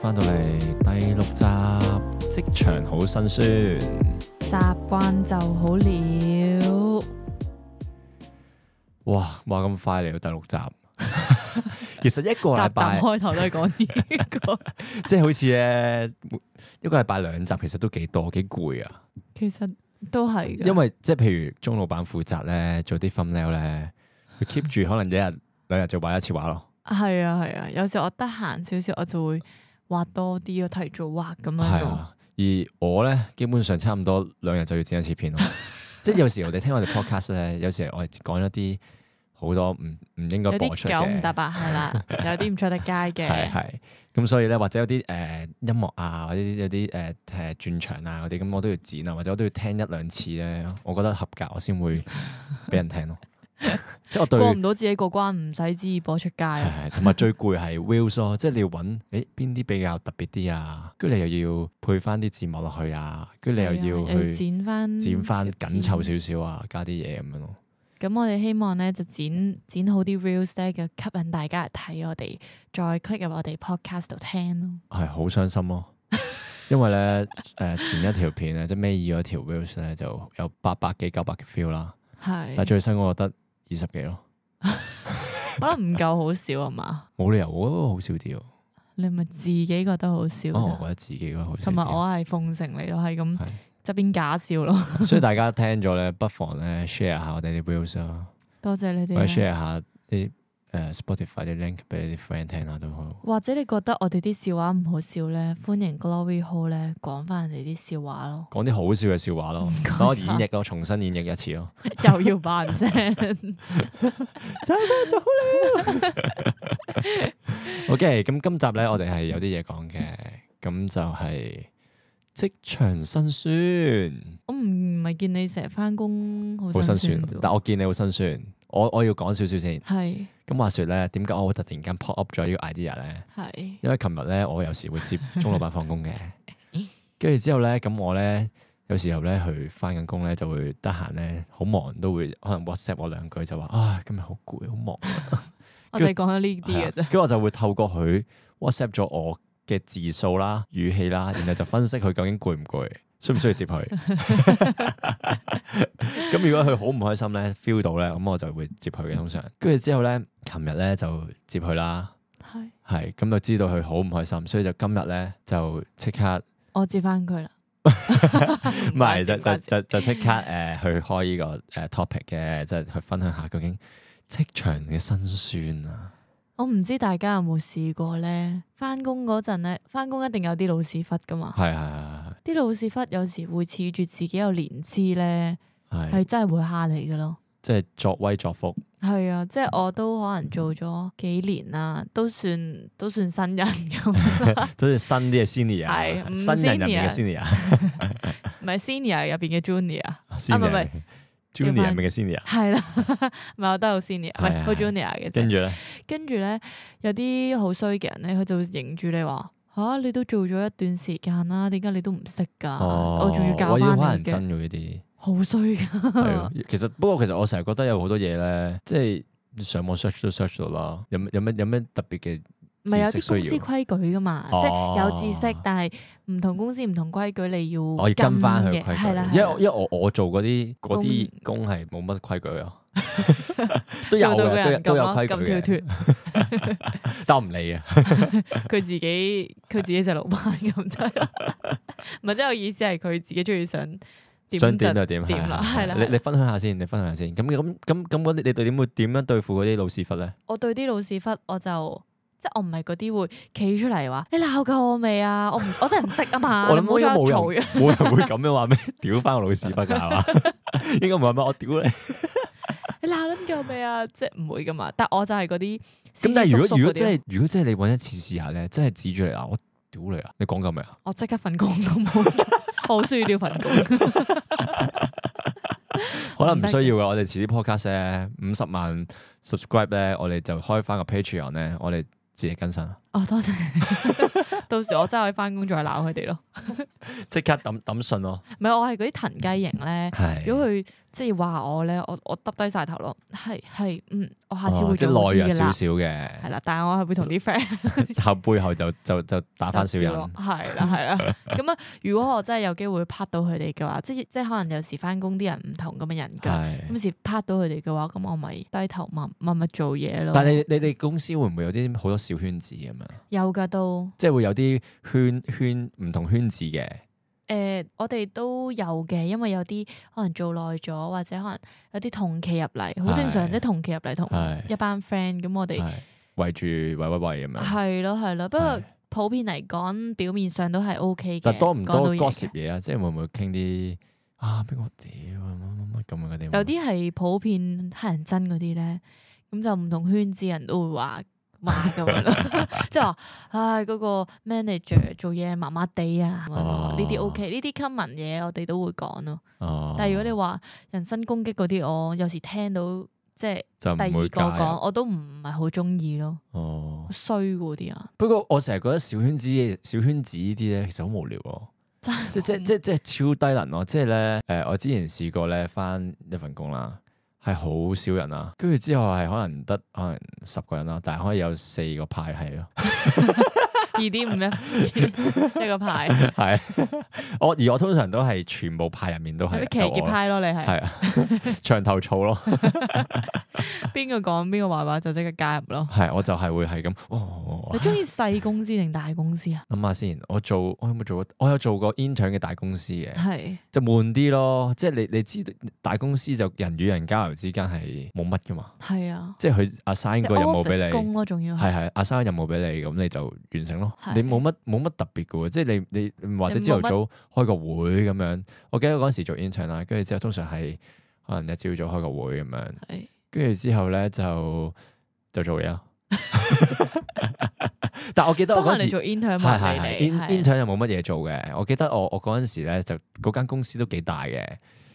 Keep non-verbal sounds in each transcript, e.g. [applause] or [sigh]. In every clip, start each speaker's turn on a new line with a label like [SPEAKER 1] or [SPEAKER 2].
[SPEAKER 1] 翻到嚟第六集《職場好辛酸》，
[SPEAKER 2] 習慣就好了。
[SPEAKER 1] 哇！哇咁快嚟到第六集， [laughs] 其實一個禮
[SPEAKER 2] 集集
[SPEAKER 1] 拜
[SPEAKER 2] 開頭都係講呢
[SPEAKER 1] [laughs]
[SPEAKER 2] 個，
[SPEAKER 1] 即係好似咧一個禮拜兩集，其實都幾多幾攰啊！
[SPEAKER 2] 其實都係嘅。
[SPEAKER 1] 因為即係譬如鐘老闆負責咧做啲 thumbnail 咧，佢 keep 住可能一日兩日就畫一次畫咯，
[SPEAKER 2] 係啊係啊，有時我得閒少少，我就會畫多啲，我提早畫咁樣
[SPEAKER 1] 係
[SPEAKER 2] 咯。
[SPEAKER 1] 啊。而我咧基本上差唔多兩日就要剪一次
[SPEAKER 2] [laughs]
[SPEAKER 1] 片咯，即係有時我哋聽我哋 podcast 咧，有時我哋講咗啲好多唔唔應該
[SPEAKER 2] 有
[SPEAKER 1] 播出
[SPEAKER 2] 啲九唔
[SPEAKER 1] 嘅。
[SPEAKER 2] 搭八係啦，
[SPEAKER 1] [laughs]
[SPEAKER 2] 有啲唔出得街
[SPEAKER 1] 係
[SPEAKER 2] 嘅。
[SPEAKER 1] 係，咁所以咧，或者有啲誒、呃音樂啊，或者有啲誒誒轉場啊嗰啲，咁我都要剪啊，或者我都要聽一兩次咧，我覺得合格我先會俾人
[SPEAKER 2] [laughs]
[SPEAKER 1] 聽咯。即係我對
[SPEAKER 2] 過
[SPEAKER 1] 係
[SPEAKER 2] 唔到自己個關，唔使旨意播出街啊。
[SPEAKER 1] 係同埋最攰係 views 咯，即係你要揾誒邊啲比較特別啲啊，跟住你又要配翻啲字幕落去啊，跟住你
[SPEAKER 2] 係
[SPEAKER 1] 又
[SPEAKER 2] 啊
[SPEAKER 1] 要去
[SPEAKER 2] 剪翻
[SPEAKER 1] 剪翻緊湊少少啊，加啲嘢咁樣咯。
[SPEAKER 2] 咁我哋希望咧就剪剪好啲 reels 咧，就吸引大家嚟睇我哋，再 click 入我哋 podcast 度聽咯。
[SPEAKER 1] 係好傷心
[SPEAKER 2] [laughs]
[SPEAKER 1] 咯，因為咧誒、呃前一條片咧，即係尾二嗰條 views 咧就有八百幾九百嘅 feel 啦，但係
[SPEAKER 2] 係，
[SPEAKER 1] 最新嗰個得二十幾咯，
[SPEAKER 2] 可能唔夠好笑啊嘛？
[SPEAKER 1] 冇理由我覺得好少啲喎，
[SPEAKER 2] 你咪自己覺得好笑
[SPEAKER 1] 可能哦我
[SPEAKER 2] 啫
[SPEAKER 1] 覺得自己覺得好少
[SPEAKER 2] 同埋
[SPEAKER 1] 啲。
[SPEAKER 2] 我係奉承你咯，係咁
[SPEAKER 1] 係
[SPEAKER 2] 側邊假笑咯。
[SPEAKER 1] [laughs] 所以大家聽咗咧，不妨咧 share 下我哋啲 views 啦，
[SPEAKER 2] 多謝你哋
[SPEAKER 1] 或者
[SPEAKER 2] 啊。
[SPEAKER 1] share 下啲誒、呃 Spotify 啲 link 俾你啲 friend 聽下都好。，
[SPEAKER 2] 或者你覺得我哋啲笑話唔好笑咧，歡迎 Glory Hall 咧講翻人哋啲笑話咯 [laughs]
[SPEAKER 1] 講啲好笑嘅笑話咯，
[SPEAKER 2] 該晒
[SPEAKER 1] 等我演繹咯，重新演繹一次咯。
[SPEAKER 2] 又要扮聲， [laughs]
[SPEAKER 1] OK，咁今集咧，我哋係有啲嘢講嘅，咁就係職場辛酸，
[SPEAKER 2] 我唔係見你成日翻工好
[SPEAKER 1] 好
[SPEAKER 2] 辛
[SPEAKER 1] 辛
[SPEAKER 2] 酸
[SPEAKER 1] 酸。啊但我見你好辛酸，我我要講少少先。
[SPEAKER 2] 係
[SPEAKER 1] 咁話說咧，點解我會突然間 pop up 咗呢個 idea 咧？
[SPEAKER 2] 係
[SPEAKER 1] 因為琴日咧，我有時會接鐘老闆放工嘅，跟住之後咧，咁我咧有時候咧去翻緊工咧，就會得閒咧，好忙都會可能 WhatsApp 我兩句就話啊，今日好攰，好忙。
[SPEAKER 2] 我哋講咗呢啲嘅
[SPEAKER 1] 係啊
[SPEAKER 2] 啫，
[SPEAKER 1] 跟住我就會透過佢 WhatsApp 咗我嘅字數啦、語氣啦，然後就分析佢究竟攰唔攰，需唔需要接佢。咁如果佢好唔開心咧，feel 到咧，咁我就會接佢嘅通常。跟住之後咧，琴日咧就接佢啦，
[SPEAKER 2] 係
[SPEAKER 1] 係啊咁就知道佢好唔開心，所以就今日咧就即刻
[SPEAKER 2] 我接翻佢啦。
[SPEAKER 1] [laughs] 唔
[SPEAKER 2] 唔
[SPEAKER 1] 係
[SPEAKER 2] [laughs] 關
[SPEAKER 1] 就
[SPEAKER 2] 事
[SPEAKER 1] 就
[SPEAKER 2] 唔關事
[SPEAKER 1] 就就即刻誒去開呢個誒 topic 嘅，即係去分享下究竟職場嘅辛酸啊。
[SPEAKER 2] 我唔知大家有冇試過咧，翻工嗰陣咧，翻工一定有啲老屎忽噶嘛，
[SPEAKER 1] 係係係
[SPEAKER 2] 啲老屎忽有時會恃住自己有年資咧，
[SPEAKER 1] 係係，
[SPEAKER 2] 係真係會蝦你噶咯。
[SPEAKER 1] 即係作威作福。
[SPEAKER 2] 係啊，即係我都可能做咗幾年啦，都算都算新
[SPEAKER 1] [laughs]
[SPEAKER 2] 人咁，
[SPEAKER 1] 都似新啲嘅 senior，啊
[SPEAKER 2] 係唔
[SPEAKER 1] 新人入面嘅 senior，啊
[SPEAKER 2] 唔係 senior 入邊嘅 junior，
[SPEAKER 1] senior
[SPEAKER 2] 啊唔係
[SPEAKER 1] junior 入面嘅 senior，啊
[SPEAKER 2] 係啦，唔係我都有 senior，唔
[SPEAKER 1] 係啊
[SPEAKER 2] 係好 junior 嘅
[SPEAKER 1] 跟
[SPEAKER 2] 啫。
[SPEAKER 1] 住咧
[SPEAKER 2] 跟住咧，有啲好衰嘅人咧，佢就會迎住你話。吓、你都做咗一段時間啦，點解你都唔識㗎？
[SPEAKER 1] 哦，
[SPEAKER 2] 啊我仲要教
[SPEAKER 1] 我要人
[SPEAKER 2] 翻你
[SPEAKER 1] 憎
[SPEAKER 2] 嘅，
[SPEAKER 1] 嘅呢
[SPEAKER 2] [laughs]
[SPEAKER 1] 啲
[SPEAKER 2] 好衰㗎。
[SPEAKER 1] 係咯，其實不過其實我成日覺得有好多嘢咧，即係你上網 search 都 search 到啦，有咩有咩有咩特別嘅
[SPEAKER 2] 唔係有
[SPEAKER 1] 知識
[SPEAKER 2] 啲公
[SPEAKER 1] 需
[SPEAKER 2] 司
[SPEAKER 1] 要
[SPEAKER 2] 規矩噶嘛，
[SPEAKER 1] 哦
[SPEAKER 2] 即係有知識，但係唔同公司唔同規矩，你要
[SPEAKER 1] 我要跟翻佢
[SPEAKER 2] 嘅，係啦
[SPEAKER 1] 規，矩，因
[SPEAKER 2] 係
[SPEAKER 1] 為
[SPEAKER 2] 啦
[SPEAKER 1] 因為我我做嗰啲嗰啲工係冇乜規矩
[SPEAKER 2] [laughs]
[SPEAKER 1] 啊，都有
[SPEAKER 2] 做到個
[SPEAKER 1] 嘅，都有都
[SPEAKER 2] 人咁
[SPEAKER 1] 有
[SPEAKER 2] 咯
[SPEAKER 1] 規
[SPEAKER 2] 咁跳
[SPEAKER 1] 矩嘅，
[SPEAKER 2] 脱，
[SPEAKER 1] 但我唔理啊，
[SPEAKER 2] 佢自己佢自己就老闆咁就啦，唔係即係我意思係佢自己中意想點
[SPEAKER 1] 想
[SPEAKER 2] 就
[SPEAKER 1] 點就點，
[SPEAKER 2] 點啦
[SPEAKER 1] 係啊
[SPEAKER 2] 係啦
[SPEAKER 1] 你
[SPEAKER 2] 係
[SPEAKER 1] 你分享下先，你分享下先，咁咁咁咁嗰啲你對點會點樣對付嗰啲老屎忽咧？
[SPEAKER 2] 我對啲老屎忽我就。即係我唔係嗰啲會企出嚟話你鬧夠我未
[SPEAKER 1] [laughs]
[SPEAKER 2] 啊？我唔我真係唔識啊嘛！
[SPEAKER 1] 我諗
[SPEAKER 2] 你唔好再
[SPEAKER 1] 應該
[SPEAKER 2] 嘈
[SPEAKER 1] 冇
[SPEAKER 2] 嘅
[SPEAKER 1] 人，冇
[SPEAKER 2] [laughs]
[SPEAKER 1] 人會咁樣話咩？ [laughs] 屌翻我老屎忽㗎係嘛？應該唔係咩？我屌你！
[SPEAKER 2] 你鬧撚夠未啊？即係唔會噶嘛。但我就係嗰啲啊
[SPEAKER 1] 咁但係如果如果真
[SPEAKER 2] 係
[SPEAKER 1] 係如果真係你揾一次試下咧，真係指住你啊！我屌你啊！你講夠未啊？
[SPEAKER 2] 我即刻份工都冇，我 [laughs] 好需要呢份工。
[SPEAKER 1] 可能唔需要嘅，我哋遲啲 podcast 咧五十萬 subscribe 咧，我哋就開翻個 Patreon 咧，我哋自己更新。
[SPEAKER 2] 哦，多謝。 [laughs] 到時我真係可以翻工再鬧佢哋咯。
[SPEAKER 1] 即刻抌抌信咯。
[SPEAKER 2] 唔係我係嗰啲騰雞型咧，
[SPEAKER 1] 係
[SPEAKER 2] 如果佢即係話我咧，我我耷低晒頭咯，係係嗯，我下次
[SPEAKER 1] 哦
[SPEAKER 2] 會
[SPEAKER 1] 即係
[SPEAKER 2] 做好
[SPEAKER 1] 懦
[SPEAKER 2] 啲
[SPEAKER 1] 弱
[SPEAKER 2] 嘅
[SPEAKER 1] 少
[SPEAKER 2] 啦，
[SPEAKER 1] 少嘅，
[SPEAKER 2] 係啦，但係我係會同啲
[SPEAKER 1] [laughs]
[SPEAKER 2] friend。
[SPEAKER 1] 後背後就就就打翻小人，
[SPEAKER 2] 係啦係啦。咁啊，如果我真係有機會拍到佢哋嘅話，即係即係可能有時翻工啲人唔同咁嘅人㗎。
[SPEAKER 1] 係。
[SPEAKER 2] 咁時拍到佢哋嘅話，咁我咪低頭默默默做嘢咯。
[SPEAKER 1] 但係你你哋公司會唔會有啲好多小圈子咁樣？
[SPEAKER 2] 有㗎都
[SPEAKER 1] 即係會有啲圈圈唔同圈子嘅，
[SPEAKER 2] 誒、呃我哋都有嘅，因為有啲可能做耐咗，或者可能有啲同期入嚟，好正常
[SPEAKER 1] 係
[SPEAKER 2] 啫。同期入嚟同
[SPEAKER 1] 係
[SPEAKER 2] 一班 friend，咁我哋
[SPEAKER 1] 係圍住圍圍圍咁樣。
[SPEAKER 2] 係咯係咯。不過
[SPEAKER 1] 係
[SPEAKER 2] 普遍嚟講，表面上都係 O K 嘅。
[SPEAKER 1] 但多唔
[SPEAKER 2] 講到
[SPEAKER 1] 多
[SPEAKER 2] 嘢
[SPEAKER 1] gossip
[SPEAKER 2] 嘅
[SPEAKER 1] 嘢啊？即係會唔會傾啲啊？邊個屌啊乜乜乜咁樣嗰啲？
[SPEAKER 2] 有啲係普遍黑人憎嗰啲咧，咁就唔同圈子人都會話話咁樣咯， [laughs] 即係話唉嗰個 manager 做嘢麻麻地啊，咁樣咯呢啲
[SPEAKER 1] 哦
[SPEAKER 2] OK，呢啲 common 嘢我哋都會講咯。
[SPEAKER 1] 哦，
[SPEAKER 2] 但係如果你話人身攻擊嗰啲，我有時聽到即係
[SPEAKER 1] 就唔
[SPEAKER 2] 第
[SPEAKER 1] 會啊
[SPEAKER 2] 二個
[SPEAKER 1] 加入
[SPEAKER 2] 講，我都唔係好中意咯，
[SPEAKER 1] 哦
[SPEAKER 2] 好。衰嗰啲啊，
[SPEAKER 1] 不過我成日覺得小圈子嘅小圈子呢啲咧，其實好無聊喎。[laughs]
[SPEAKER 2] 真係
[SPEAKER 1] 即即即即超低能咯！即係咧誒，我之前試過咧翻一份工啦，係好少人啦，跟住之後係可能得可能十個人啦，但係可以有四個派系咯。 [laughs]
[SPEAKER 2] 二點五一一個派，係
[SPEAKER 1] 係我而我通常都係全部派入面都 [laughs] 係啊
[SPEAKER 2] 咪騎劫派咯？你係
[SPEAKER 1] 係 [laughs] 長頭草咯，
[SPEAKER 2] 邊個講邊個壞話就即刻加入咯。
[SPEAKER 1] 係我就係會係咁。哦
[SPEAKER 2] 你中意細公司定大公司
[SPEAKER 1] [laughs]
[SPEAKER 2] 啊？
[SPEAKER 1] 諗下先，我做我有冇做過？我有做過 intern 嘅大公司嘅，
[SPEAKER 2] 係。
[SPEAKER 1] 就悶啲咯。即係你你知道大公司就人與人交流之間係冇乜噶嘛，
[SPEAKER 2] 係啊，
[SPEAKER 1] 即係佢 assign 個任務俾
[SPEAKER 2] office 工啊
[SPEAKER 1] 你，
[SPEAKER 2] 咯，仲要
[SPEAKER 1] 係係 assign 任務俾你，咁你就完成咯。
[SPEAKER 2] 係
[SPEAKER 1] 你冇乜冇乜特別嘅喎，即係你你或者
[SPEAKER 2] 你冇
[SPEAKER 1] 朝
[SPEAKER 2] 乜
[SPEAKER 1] 頭早開個會咁樣。我記得嗰陣時做 intern 啦，跟住之後通常係可能一朝早開個會咁樣。
[SPEAKER 2] 係
[SPEAKER 1] 跟住之後咧就就做嘢咯。 [laughs] 但我記得
[SPEAKER 2] 不
[SPEAKER 1] 我
[SPEAKER 2] 過
[SPEAKER 1] 嗰
[SPEAKER 2] 你
[SPEAKER 1] 時
[SPEAKER 2] 做 intern
[SPEAKER 1] 係
[SPEAKER 2] 咪
[SPEAKER 1] 係
[SPEAKER 2] 嚟
[SPEAKER 1] 係
[SPEAKER 2] 你
[SPEAKER 1] in intern 又冇乜嘢做嘅。我記得我我嗰陣時咧就嗰間公司都幾大嘅，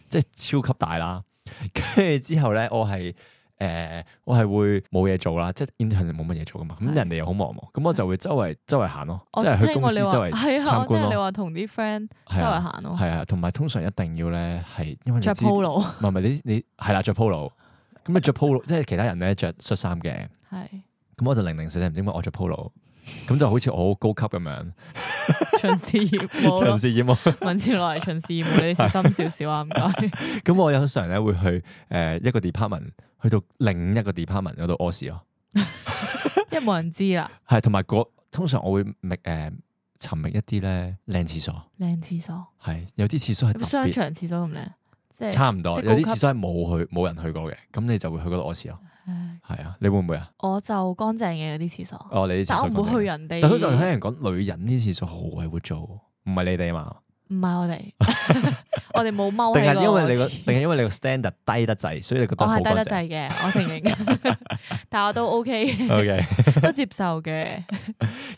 [SPEAKER 1] 即係超級大啦。 [laughs] 跟住之後咧，我係誒、呃我係會冇嘢做啦，即係 intern 就冇乜嘢做噶嘛。咁
[SPEAKER 2] 係
[SPEAKER 1] 人哋又好忙喎，咁我就會周圍周圍行咯，
[SPEAKER 2] 我
[SPEAKER 1] 即係去
[SPEAKER 2] 聽
[SPEAKER 1] 公
[SPEAKER 2] 過
[SPEAKER 1] 司周
[SPEAKER 2] 你話
[SPEAKER 1] 圍參
[SPEAKER 2] 係啊，我聽
[SPEAKER 1] 觀
[SPEAKER 2] 過你
[SPEAKER 1] 咯。
[SPEAKER 2] 話同啲 friend 周
[SPEAKER 1] 係
[SPEAKER 2] 圍
[SPEAKER 1] 啊，
[SPEAKER 2] 行咯，
[SPEAKER 1] 係啊，同埋通常一定要咧係因為你
[SPEAKER 2] 着
[SPEAKER 1] 知
[SPEAKER 2] polo
[SPEAKER 1] 唔係唔係，你你係啦，着 polo。咁啊你着 polo，即係其他人咧着恤衫嘅， [laughs]
[SPEAKER 2] 係
[SPEAKER 1] 咁我就零零舍舍唔知點解我着 polo，咁就好似我好高級咁樣，
[SPEAKER 2] 巡視業務
[SPEAKER 1] 長
[SPEAKER 2] 咯，
[SPEAKER 1] 視耳
[SPEAKER 2] 文少落嚟巡視業務，你小心少少啊，唔該。
[SPEAKER 1] [laughs] 咁我有常咧會去誒、呃一個 department，去到另一個 department 嗰度屙屎咯，
[SPEAKER 2] 因為冇人知啊啦，
[SPEAKER 1] 係同埋嗰通常我會覓誒尋覓一啲咧靚廁所，
[SPEAKER 2] 靚廁所，
[SPEAKER 1] 係有啲廁所係
[SPEAKER 2] 咁
[SPEAKER 1] 特
[SPEAKER 2] 商
[SPEAKER 1] 別
[SPEAKER 2] 場廁所咁靚，即係
[SPEAKER 1] 差唔多，
[SPEAKER 2] 即係
[SPEAKER 1] 有啲
[SPEAKER 2] 高
[SPEAKER 1] 廁
[SPEAKER 2] 級
[SPEAKER 1] 所係冇去冇人去過嘅，咁你就會去嗰度屙屎咯，
[SPEAKER 2] 唉
[SPEAKER 1] 係啊，你會唔會啊？
[SPEAKER 2] 我就乾淨嘅嗰啲廁所，
[SPEAKER 1] 哦，你啲廁
[SPEAKER 2] 但
[SPEAKER 1] 所
[SPEAKER 2] 我唔
[SPEAKER 1] 乾淨
[SPEAKER 2] 會去啊人哋。
[SPEAKER 1] 但通常聽人講女人啲廁所好鬼污糟，唔係你哋啊嘛？
[SPEAKER 2] 唔係我哋，
[SPEAKER 1] [laughs]
[SPEAKER 2] 我哋冇踎
[SPEAKER 1] 定
[SPEAKER 2] 喺
[SPEAKER 1] 係
[SPEAKER 2] 個
[SPEAKER 1] 因為你個
[SPEAKER 2] 廁
[SPEAKER 1] 定係因為你個 standard 低得滯，所以你覺得
[SPEAKER 2] 我
[SPEAKER 1] 好
[SPEAKER 2] 係低
[SPEAKER 1] 乾
[SPEAKER 2] 得
[SPEAKER 1] 淨。
[SPEAKER 2] 滯嘅，我承
[SPEAKER 1] [laughs]
[SPEAKER 2] 認，但我都 OK 嘅
[SPEAKER 1] O K，
[SPEAKER 2] 都接受嘅，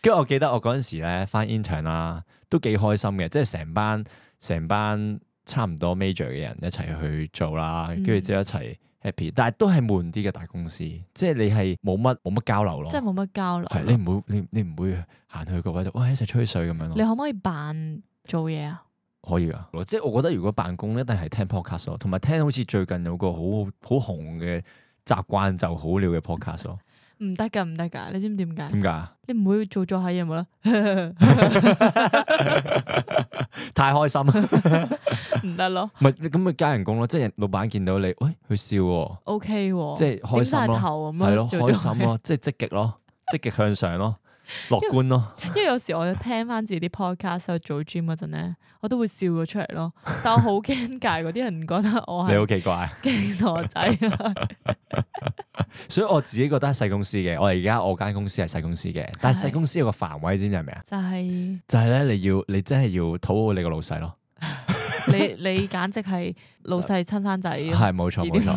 [SPEAKER 1] 跟住我記得我嗰陣時咧翻 intern 啦，都幾開心嘅，即係成班成班差唔多 major 嘅人一齊去做啦，
[SPEAKER 2] 嗯
[SPEAKER 1] 跟住之後一齊 happy，但係都係悶啲嘅大公司，即係你係冇乜冇乜交流咯
[SPEAKER 2] 即係，冇乜交流。
[SPEAKER 1] 係你唔會你你唔會行去個位度，喂一齊吹水咁樣
[SPEAKER 2] 你
[SPEAKER 1] 咯，
[SPEAKER 2] 可唔可以扮做嘢啊？
[SPEAKER 1] 可以啊，即係我覺得如果辦公一定係聽 podcast 咯，同埋聽好似最近有個好好紅嘅習慣就好了嘅 podcast 咯，
[SPEAKER 2] 唔得噶，唔得噶，你知唔知點解？
[SPEAKER 1] 點解啊？
[SPEAKER 2] 你唔會做咗下嘢冇啦，
[SPEAKER 1] 太開心， [laughs] 唔
[SPEAKER 2] 唔得咯。
[SPEAKER 1] 係咁咪加人工咯，即係老闆見到你，喂佢笑喎，
[SPEAKER 2] OK 喎，
[SPEAKER 1] 即係開心
[SPEAKER 2] 哦點晒
[SPEAKER 1] 咯
[SPEAKER 2] 頭咁
[SPEAKER 1] 係咯，
[SPEAKER 2] 做咗
[SPEAKER 1] 開心咯， [laughs] 即係積極咯，積極向上
[SPEAKER 2] [laughs]
[SPEAKER 1] 咯，樂觀咯，
[SPEAKER 2] 嘢。 [laughs] 因為有時我聽翻自己啲 podcast 喺度做 gym 嗰陣咧，我都會笑咗出嚟咯。 [laughs] 但我好驚介嗰啲人覺得我
[SPEAKER 1] 你好
[SPEAKER 2] 係
[SPEAKER 1] 奇怪，
[SPEAKER 2] 驚傻仔
[SPEAKER 1] [laughs]
[SPEAKER 2] 啊。
[SPEAKER 1] 所以我自己覺得係細公司嘅，我而家我間公司係細公司嘅，但係細公司有個煩位，知唔知係咩啊？
[SPEAKER 2] 就係你
[SPEAKER 1] 就係咧，你要你真係要討好你個老細咯，
[SPEAKER 2] 你簡直係老細親生仔。
[SPEAKER 1] 係啊冇錯
[SPEAKER 2] 呢
[SPEAKER 1] 冇
[SPEAKER 2] 啲
[SPEAKER 1] 錯，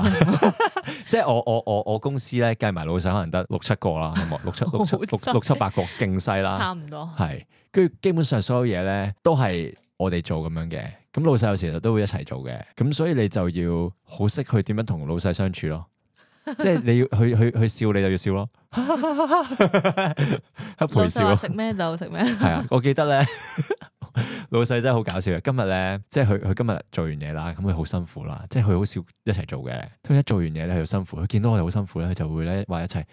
[SPEAKER 1] [laughs] 即係我我我我公司咧計埋老細可能得六七個啦，有冇六七六七
[SPEAKER 2] [laughs]
[SPEAKER 1] 六六七八個勁細啦，
[SPEAKER 2] 差唔多。
[SPEAKER 1] 係，跟住基本上所有嘢咧都係我哋做咁樣嘅，咁老
[SPEAKER 2] [laughs]
[SPEAKER 1] 細有時就都會一齊做嘅，咁所以你就要好識去點樣同老細相處咯。即係你要佢佢佢笑你就要笑咯， [laughs] 一
[SPEAKER 2] 老
[SPEAKER 1] 陪
[SPEAKER 2] 細
[SPEAKER 1] 笑
[SPEAKER 2] 話
[SPEAKER 1] 咯。
[SPEAKER 2] 啊食咩就食
[SPEAKER 1] [laughs]
[SPEAKER 2] 咩，
[SPEAKER 1] 係啊，我記得咧，老細真係好搞笑嘅。今日咧，即係佢佢今日做完嘢啦，咁佢好辛苦啦，即係佢好少一齊做嘅。佢一做完嘢咧，佢就辛苦。佢見到我哋好辛苦咧，佢就會咧話一齊。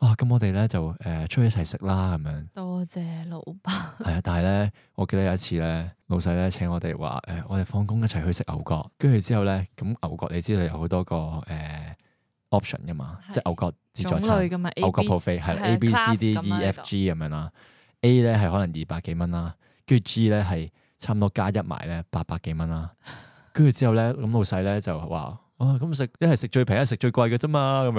[SPEAKER 1] 啊，咁我哋咧就誒、呃出去一齊食啦咁樣，
[SPEAKER 2] 多謝老闆。 [laughs]
[SPEAKER 1] 係啊！但係咧，我記得有一次咧，老細咧請我哋話誒，我哋放工一齊去食牛角，跟住之後咧，咁牛角你知道有好多個誒、呃 option 噶嘛，
[SPEAKER 2] 係
[SPEAKER 1] 即係牛角自助
[SPEAKER 2] 種
[SPEAKER 1] 餐
[SPEAKER 2] 類。噶嘛，A
[SPEAKER 1] 牛角
[SPEAKER 2] B 啊
[SPEAKER 1] 鋪飛係啦 A、B、C、D、E、F、G 咁樣啦。A 咧係可能二百幾蚊啦，跟住 G 咧係差唔多加一埋咧八百幾蚊啦。跟住之後咧，咁老細咧就話：哇，咁食一係食最平，一係食最貴嘅啫嘛。咁樣，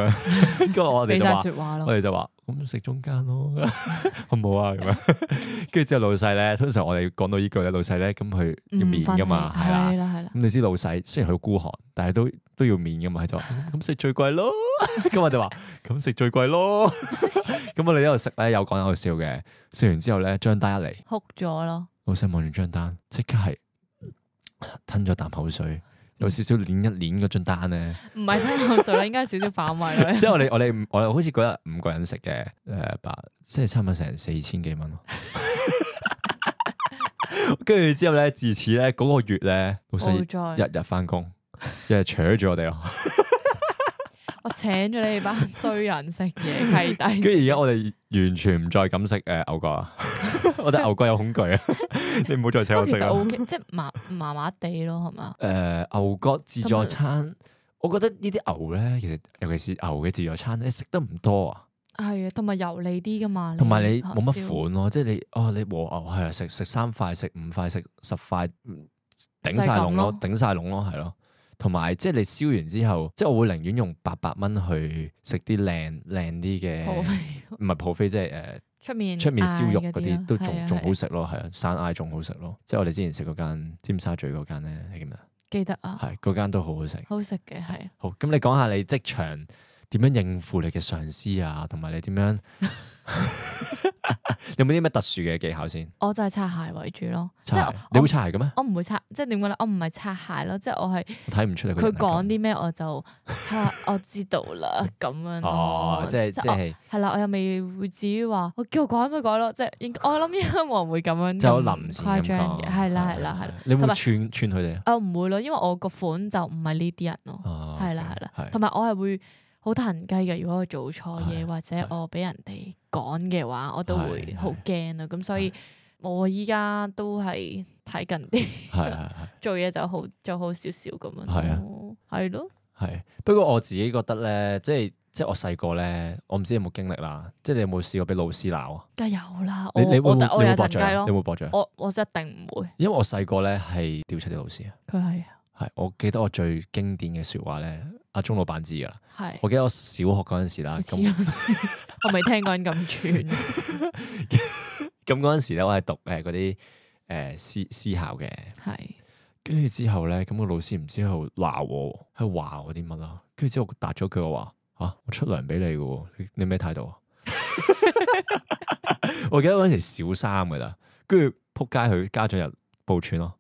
[SPEAKER 1] 跟住我哋
[SPEAKER 2] 俾
[SPEAKER 1] 就
[SPEAKER 2] 晒
[SPEAKER 1] 話。
[SPEAKER 2] 説話咯
[SPEAKER 1] 我。哋就話咁食中間咯， [laughs] 好唔好啊？咁樣，跟住之後老細咧，通常我哋講到呢句咧，老細咧咁佢要面噶嘛，係啦
[SPEAKER 2] 嗯係。啦係啦
[SPEAKER 1] 咁，你知老細雖然佢好孤寒，但係都都要面噶嘛，佢就話咁咁食最貴咯。 [laughs] 咁我哋話咁食最貴咯。 [laughs] 咁我哋一路食咧，有講有笑嘅。食完之後咧，張單一嚟，
[SPEAKER 2] 哭咗咯，
[SPEAKER 1] 老細望住張單，即刻係吞咗啖口水，有少少捻一捻嗰張單咧。
[SPEAKER 2] 唔係聽口水啦，應該係少少反胃
[SPEAKER 1] [laughs]
[SPEAKER 2] 啦。
[SPEAKER 1] 即係我哋我哋五我哋好似嗰日五個人食嘅，誒八，即係差唔多成四千幾 [laughs] 蚊咯。跟住之後咧，自此咧嗰、個月咧，老細
[SPEAKER 2] 冇再，
[SPEAKER 1] 日日翻工，日日扯住我 [laughs] 哋咯。
[SPEAKER 2] 我請咗你哋班衰人食嘢契
[SPEAKER 1] 跟
[SPEAKER 2] 弟。
[SPEAKER 1] 住而家我哋完全唔再敢食誒牛角 [laughs] 啊！我對牛角有恐 [laughs] 懼啊！你唔好再請我
[SPEAKER 2] 不過
[SPEAKER 1] 食啊
[SPEAKER 2] 其實
[SPEAKER 1] 啦。
[SPEAKER 2] O K，即係麻麻麻地咯，係嘛？
[SPEAKER 1] 誒、牛角自助餐，我覺得呢啲牛咧，其實尤其是牛嘅自助餐咧，食得唔多啊，
[SPEAKER 2] 係啊，同埋油膩啲噶嘛，
[SPEAKER 1] 同埋你冇乜
[SPEAKER 2] 燒
[SPEAKER 1] 款咯，即係你哦，你和牛係啊，食食三塊、食五塊、食十塊，嗯頂晒籠咯，
[SPEAKER 2] 就
[SPEAKER 1] 頂晒籠咯，係咯。同埋即係你燒完之後，即係我會寧願用八百蚊去食啲靚靚啲
[SPEAKER 2] 好
[SPEAKER 1] 嘅，
[SPEAKER 2] 肥
[SPEAKER 1] 唔係 buffet 即係誒。
[SPEAKER 2] [laughs] 出面
[SPEAKER 1] 出面燒肉
[SPEAKER 2] 嗌
[SPEAKER 1] 嗰啲都仲
[SPEAKER 2] 係啊
[SPEAKER 1] 仲
[SPEAKER 2] 係
[SPEAKER 1] 好
[SPEAKER 2] 啊
[SPEAKER 1] 食咯，係啊，山嗌仲好食咯。即係我哋之前食嗰間尖沙咀嗰間咧，你記唔記得？
[SPEAKER 2] 記得啊，
[SPEAKER 1] 係嗰間都好好食。
[SPEAKER 2] 好食嘅係。
[SPEAKER 1] 好，咁你講下你職場點樣應付你嘅上司啊，同埋你點
[SPEAKER 2] [laughs]
[SPEAKER 1] 樣 [laughs] 有冇啲咩特殊嘅技巧先？
[SPEAKER 2] 我就係擦鞋為主咯，即
[SPEAKER 1] 擦
[SPEAKER 2] 係
[SPEAKER 1] 鞋，
[SPEAKER 2] 我
[SPEAKER 1] 你會擦鞋嘅咩？
[SPEAKER 2] 我唔會擦，即係點講咧？我唔係擦鞋咯，即係我係
[SPEAKER 1] 我睇唔出你個
[SPEAKER 2] 佢
[SPEAKER 1] 人係咁
[SPEAKER 2] 講啲咩我就啊 [laughs] 我知道啦咁樣咯。
[SPEAKER 1] 哦，即係即
[SPEAKER 2] 我
[SPEAKER 1] 係
[SPEAKER 2] 係啦，我又未會至於話我叫佢改咪改咯，即係應該我諗應該冇人會咁樣
[SPEAKER 1] 就
[SPEAKER 2] 咁
[SPEAKER 1] 臨時
[SPEAKER 2] 誇
[SPEAKER 1] 咁
[SPEAKER 2] 張
[SPEAKER 1] 講，
[SPEAKER 2] 嘅，係啦係啦係啦。。
[SPEAKER 1] 你會
[SPEAKER 2] 同埋
[SPEAKER 1] 串串佢哋啊？
[SPEAKER 2] 我哦唔會咯，因為我個款就唔係呢啲人咯，
[SPEAKER 1] 哦
[SPEAKER 2] 係啦
[SPEAKER 1] OK，
[SPEAKER 2] 係啦
[SPEAKER 1] 係，
[SPEAKER 2] 同埋我係會好彈雞嘅。如果我做錯嘢
[SPEAKER 1] 係
[SPEAKER 2] 或者
[SPEAKER 1] 係
[SPEAKER 2] 我俾人哋講嘅話，我都會
[SPEAKER 1] 係
[SPEAKER 2] 好驚咯。咁所以我依家都係睇緊啲 [laughs]
[SPEAKER 1] 係係係。
[SPEAKER 2] 做嘢就好做好少少咁樣
[SPEAKER 1] 係啊
[SPEAKER 2] 咯，係咯，
[SPEAKER 1] 係，不過我自己覺得咧，即係即係我細個咧，我唔知你有冇經歷啦，即係你有冇試過俾老師鬧啊？
[SPEAKER 2] 梗係有啦。我
[SPEAKER 1] 你你會
[SPEAKER 2] 我
[SPEAKER 1] 唔會
[SPEAKER 2] 但我
[SPEAKER 1] 你
[SPEAKER 2] 有
[SPEAKER 1] 會
[SPEAKER 2] 彈
[SPEAKER 1] 駁
[SPEAKER 2] 雞
[SPEAKER 1] 嘴啊？你
[SPEAKER 2] 咯，
[SPEAKER 1] 會駁嘴啊？
[SPEAKER 2] 我我一定唔會。
[SPEAKER 1] 因為我細個咧係屌出啲老師啊，
[SPEAKER 2] 佢係
[SPEAKER 1] 係我記得我最經典嘅説話咧，阿鐘老闆知㗎啦。
[SPEAKER 2] 係。
[SPEAKER 1] 我記得我小學嗰陣時啦，咁
[SPEAKER 2] 黐線 [laughs] 我未聽過人咁串，
[SPEAKER 1] 咁嗰陣時咧，我係讀誒嗰啲誒私私校嘅，
[SPEAKER 2] 係
[SPEAKER 1] 跟住之後咧，咁個老師唔知喺度鬧我，喺度話我啲乜啦，跟住之後我答咗句我話嚇、啊我出糧俾你嘅喎，你你咩態度啊？ [laughs] 我記得嗰陣時小三嘅啦，跟住撲街佢家長又報串咯，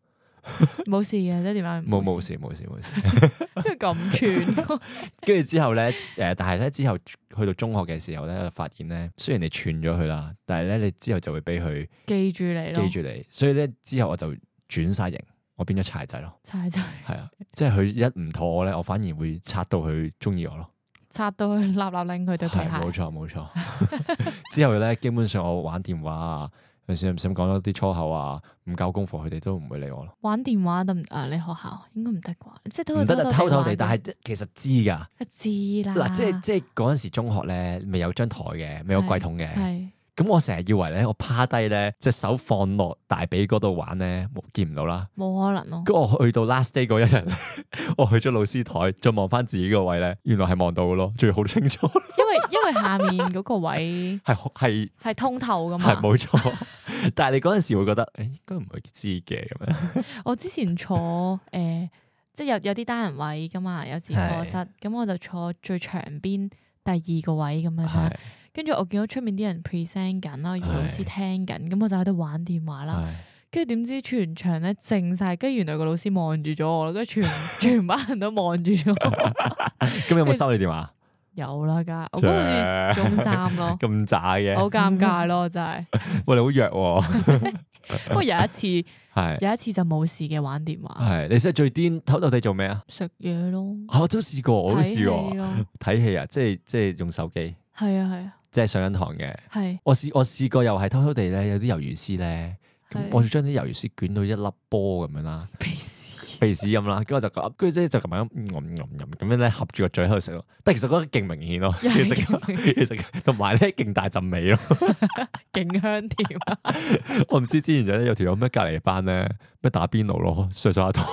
[SPEAKER 2] 冇事嘅，即係點解
[SPEAKER 1] 冇
[SPEAKER 2] [laughs]
[SPEAKER 1] 冇，事冇事冇事。
[SPEAKER 2] 因為咁串， [laughs]
[SPEAKER 1] 跟住之後咧，誒、但係咧之後去到中學嘅時候咧，我就發現咧，雖然你串咗佢啦，但係咧你之後就會俾佢
[SPEAKER 2] 記住你咯，
[SPEAKER 1] 記住你，所以咧之後我就轉晒型，我變咗柴仔咯，
[SPEAKER 2] 踩仔
[SPEAKER 1] 係啊，即係佢一唔妥我咧，我反而會拆到佢中意我咯，
[SPEAKER 2] 擦到佢立立拎佢對皮
[SPEAKER 1] 係冇
[SPEAKER 2] 鞋，
[SPEAKER 1] 錯冇錯。之後咧，基本上我玩電話啊，有時唔小心講咗啲粗口啊，唔交功課佢哋都唔會理我咯，
[SPEAKER 2] 玩電話得唔得啊？你學校應該唔得啩？即係都
[SPEAKER 1] 唔得就啊偷偷地，
[SPEAKER 2] 玩
[SPEAKER 1] 但係其實知㗎。
[SPEAKER 2] 一知啦，
[SPEAKER 1] 嗱，即係即係嗰陣時中學咧，咪有張台嘅，咪有櫃桶嘅。
[SPEAKER 2] 啊係
[SPEAKER 1] 咁我成日以為咧，我趴低咧，隻手放落大髀嗰度玩咧，冇見唔到啦。
[SPEAKER 2] 冇可能咯，
[SPEAKER 1] 跟住我去到 last day 嗰一日咧， [laughs] 我去咗老師台，再望翻自己個位咧，原來係望到嘅咯，仲要好清楚，
[SPEAKER 2] 因為 [laughs] 因為下面嗰個位
[SPEAKER 1] 係係
[SPEAKER 2] 係通透噶
[SPEAKER 1] 係
[SPEAKER 2] 嘛。
[SPEAKER 1] 冇錯。 [laughs] 但係你嗰陣時會覺得，誒、應該唔會知嘅咁樣。
[SPEAKER 2] 我之前坐誒，即係有有啲單人位噶嘛，有時課室，咁我就坐最長邊第二個位咁樣啦
[SPEAKER 1] 係。
[SPEAKER 2] 跟住我見到出面啲人 present 緊啦，原來老
[SPEAKER 1] 係
[SPEAKER 2] 師聽緊，咁我就喺度玩電話啦。
[SPEAKER 1] 係
[SPEAKER 2] 跟住點知全場咧靜晒，跟住原來個老師 [laughs] 望住咗我啦，跟住全全班人都望住咗我。
[SPEAKER 1] [laughs] 咁有冇收你電話？，
[SPEAKER 2] 有啦，梗係我嗰陣時中三咯
[SPEAKER 1] [laughs] 咁渣嘅，
[SPEAKER 2] 哦好尷尬咯，真係。
[SPEAKER 1] 喂，你好弱
[SPEAKER 2] [laughs]
[SPEAKER 1] 喎，
[SPEAKER 2] 不過有一次，
[SPEAKER 1] 係
[SPEAKER 2] 有一次就冇事嘅玩電話，
[SPEAKER 1] 係，你真係最癲，偷偷地做咩啊？
[SPEAKER 2] 食嘢咯，
[SPEAKER 1] 啊我都試過，我都
[SPEAKER 2] 睇戲
[SPEAKER 1] 試過
[SPEAKER 2] 咯，
[SPEAKER 1] 睇戲啊，即係即係用手機，
[SPEAKER 2] 係啊係啊
[SPEAKER 1] 即係上緊堂嘅。
[SPEAKER 2] 係。
[SPEAKER 1] 我試我試過又係偷偷地咧，有啲魷魚絲咧，咁
[SPEAKER 2] 係
[SPEAKER 1] 我就將啲魷魚絲捲到一粒波咁樣啦，
[SPEAKER 2] 鼻屎
[SPEAKER 1] 鼻屎咁啦，跟住我就夾，跟住即係就咁樣嗯嗯嗯嗯咁樣咧合住個嘴喺度食咯。但係其實覺得勁明顯咯，
[SPEAKER 2] 又
[SPEAKER 1] 其
[SPEAKER 2] 係
[SPEAKER 1] 實其實同埋咧勁大陣味咯。
[SPEAKER 2] 勁香甜啊！
[SPEAKER 1] 我唔知之前有咧有條友咩隔離班咧咩打邊爐咯，上上下堂，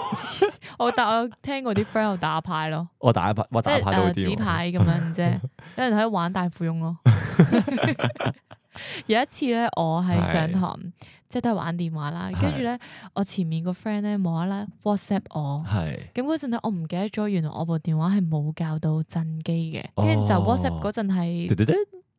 [SPEAKER 2] 我但我聽過啲 friend 有打牌咯，
[SPEAKER 1] 我打牌我
[SPEAKER 2] 即
[SPEAKER 1] 打
[SPEAKER 2] 係
[SPEAKER 1] 牌都好
[SPEAKER 2] 誒
[SPEAKER 1] 啲
[SPEAKER 2] 紙
[SPEAKER 1] 喎，
[SPEAKER 2] 牌咁
[SPEAKER 1] [laughs]
[SPEAKER 2] 樣啫，有人喺度玩大富翁咯。有一次咧，我係上堂，即係都係玩電話啦，跟住咧，我前面個 friend 咧無啦啦 WhatsApp 我。
[SPEAKER 1] 係
[SPEAKER 2] 咁嗰陣咧，我唔記得咗，原來我部電話係冇教到震機嘅，跟住就
[SPEAKER 1] 哦
[SPEAKER 2] WhatsApp 嗰陣係
[SPEAKER 1] 嘟嘟嘟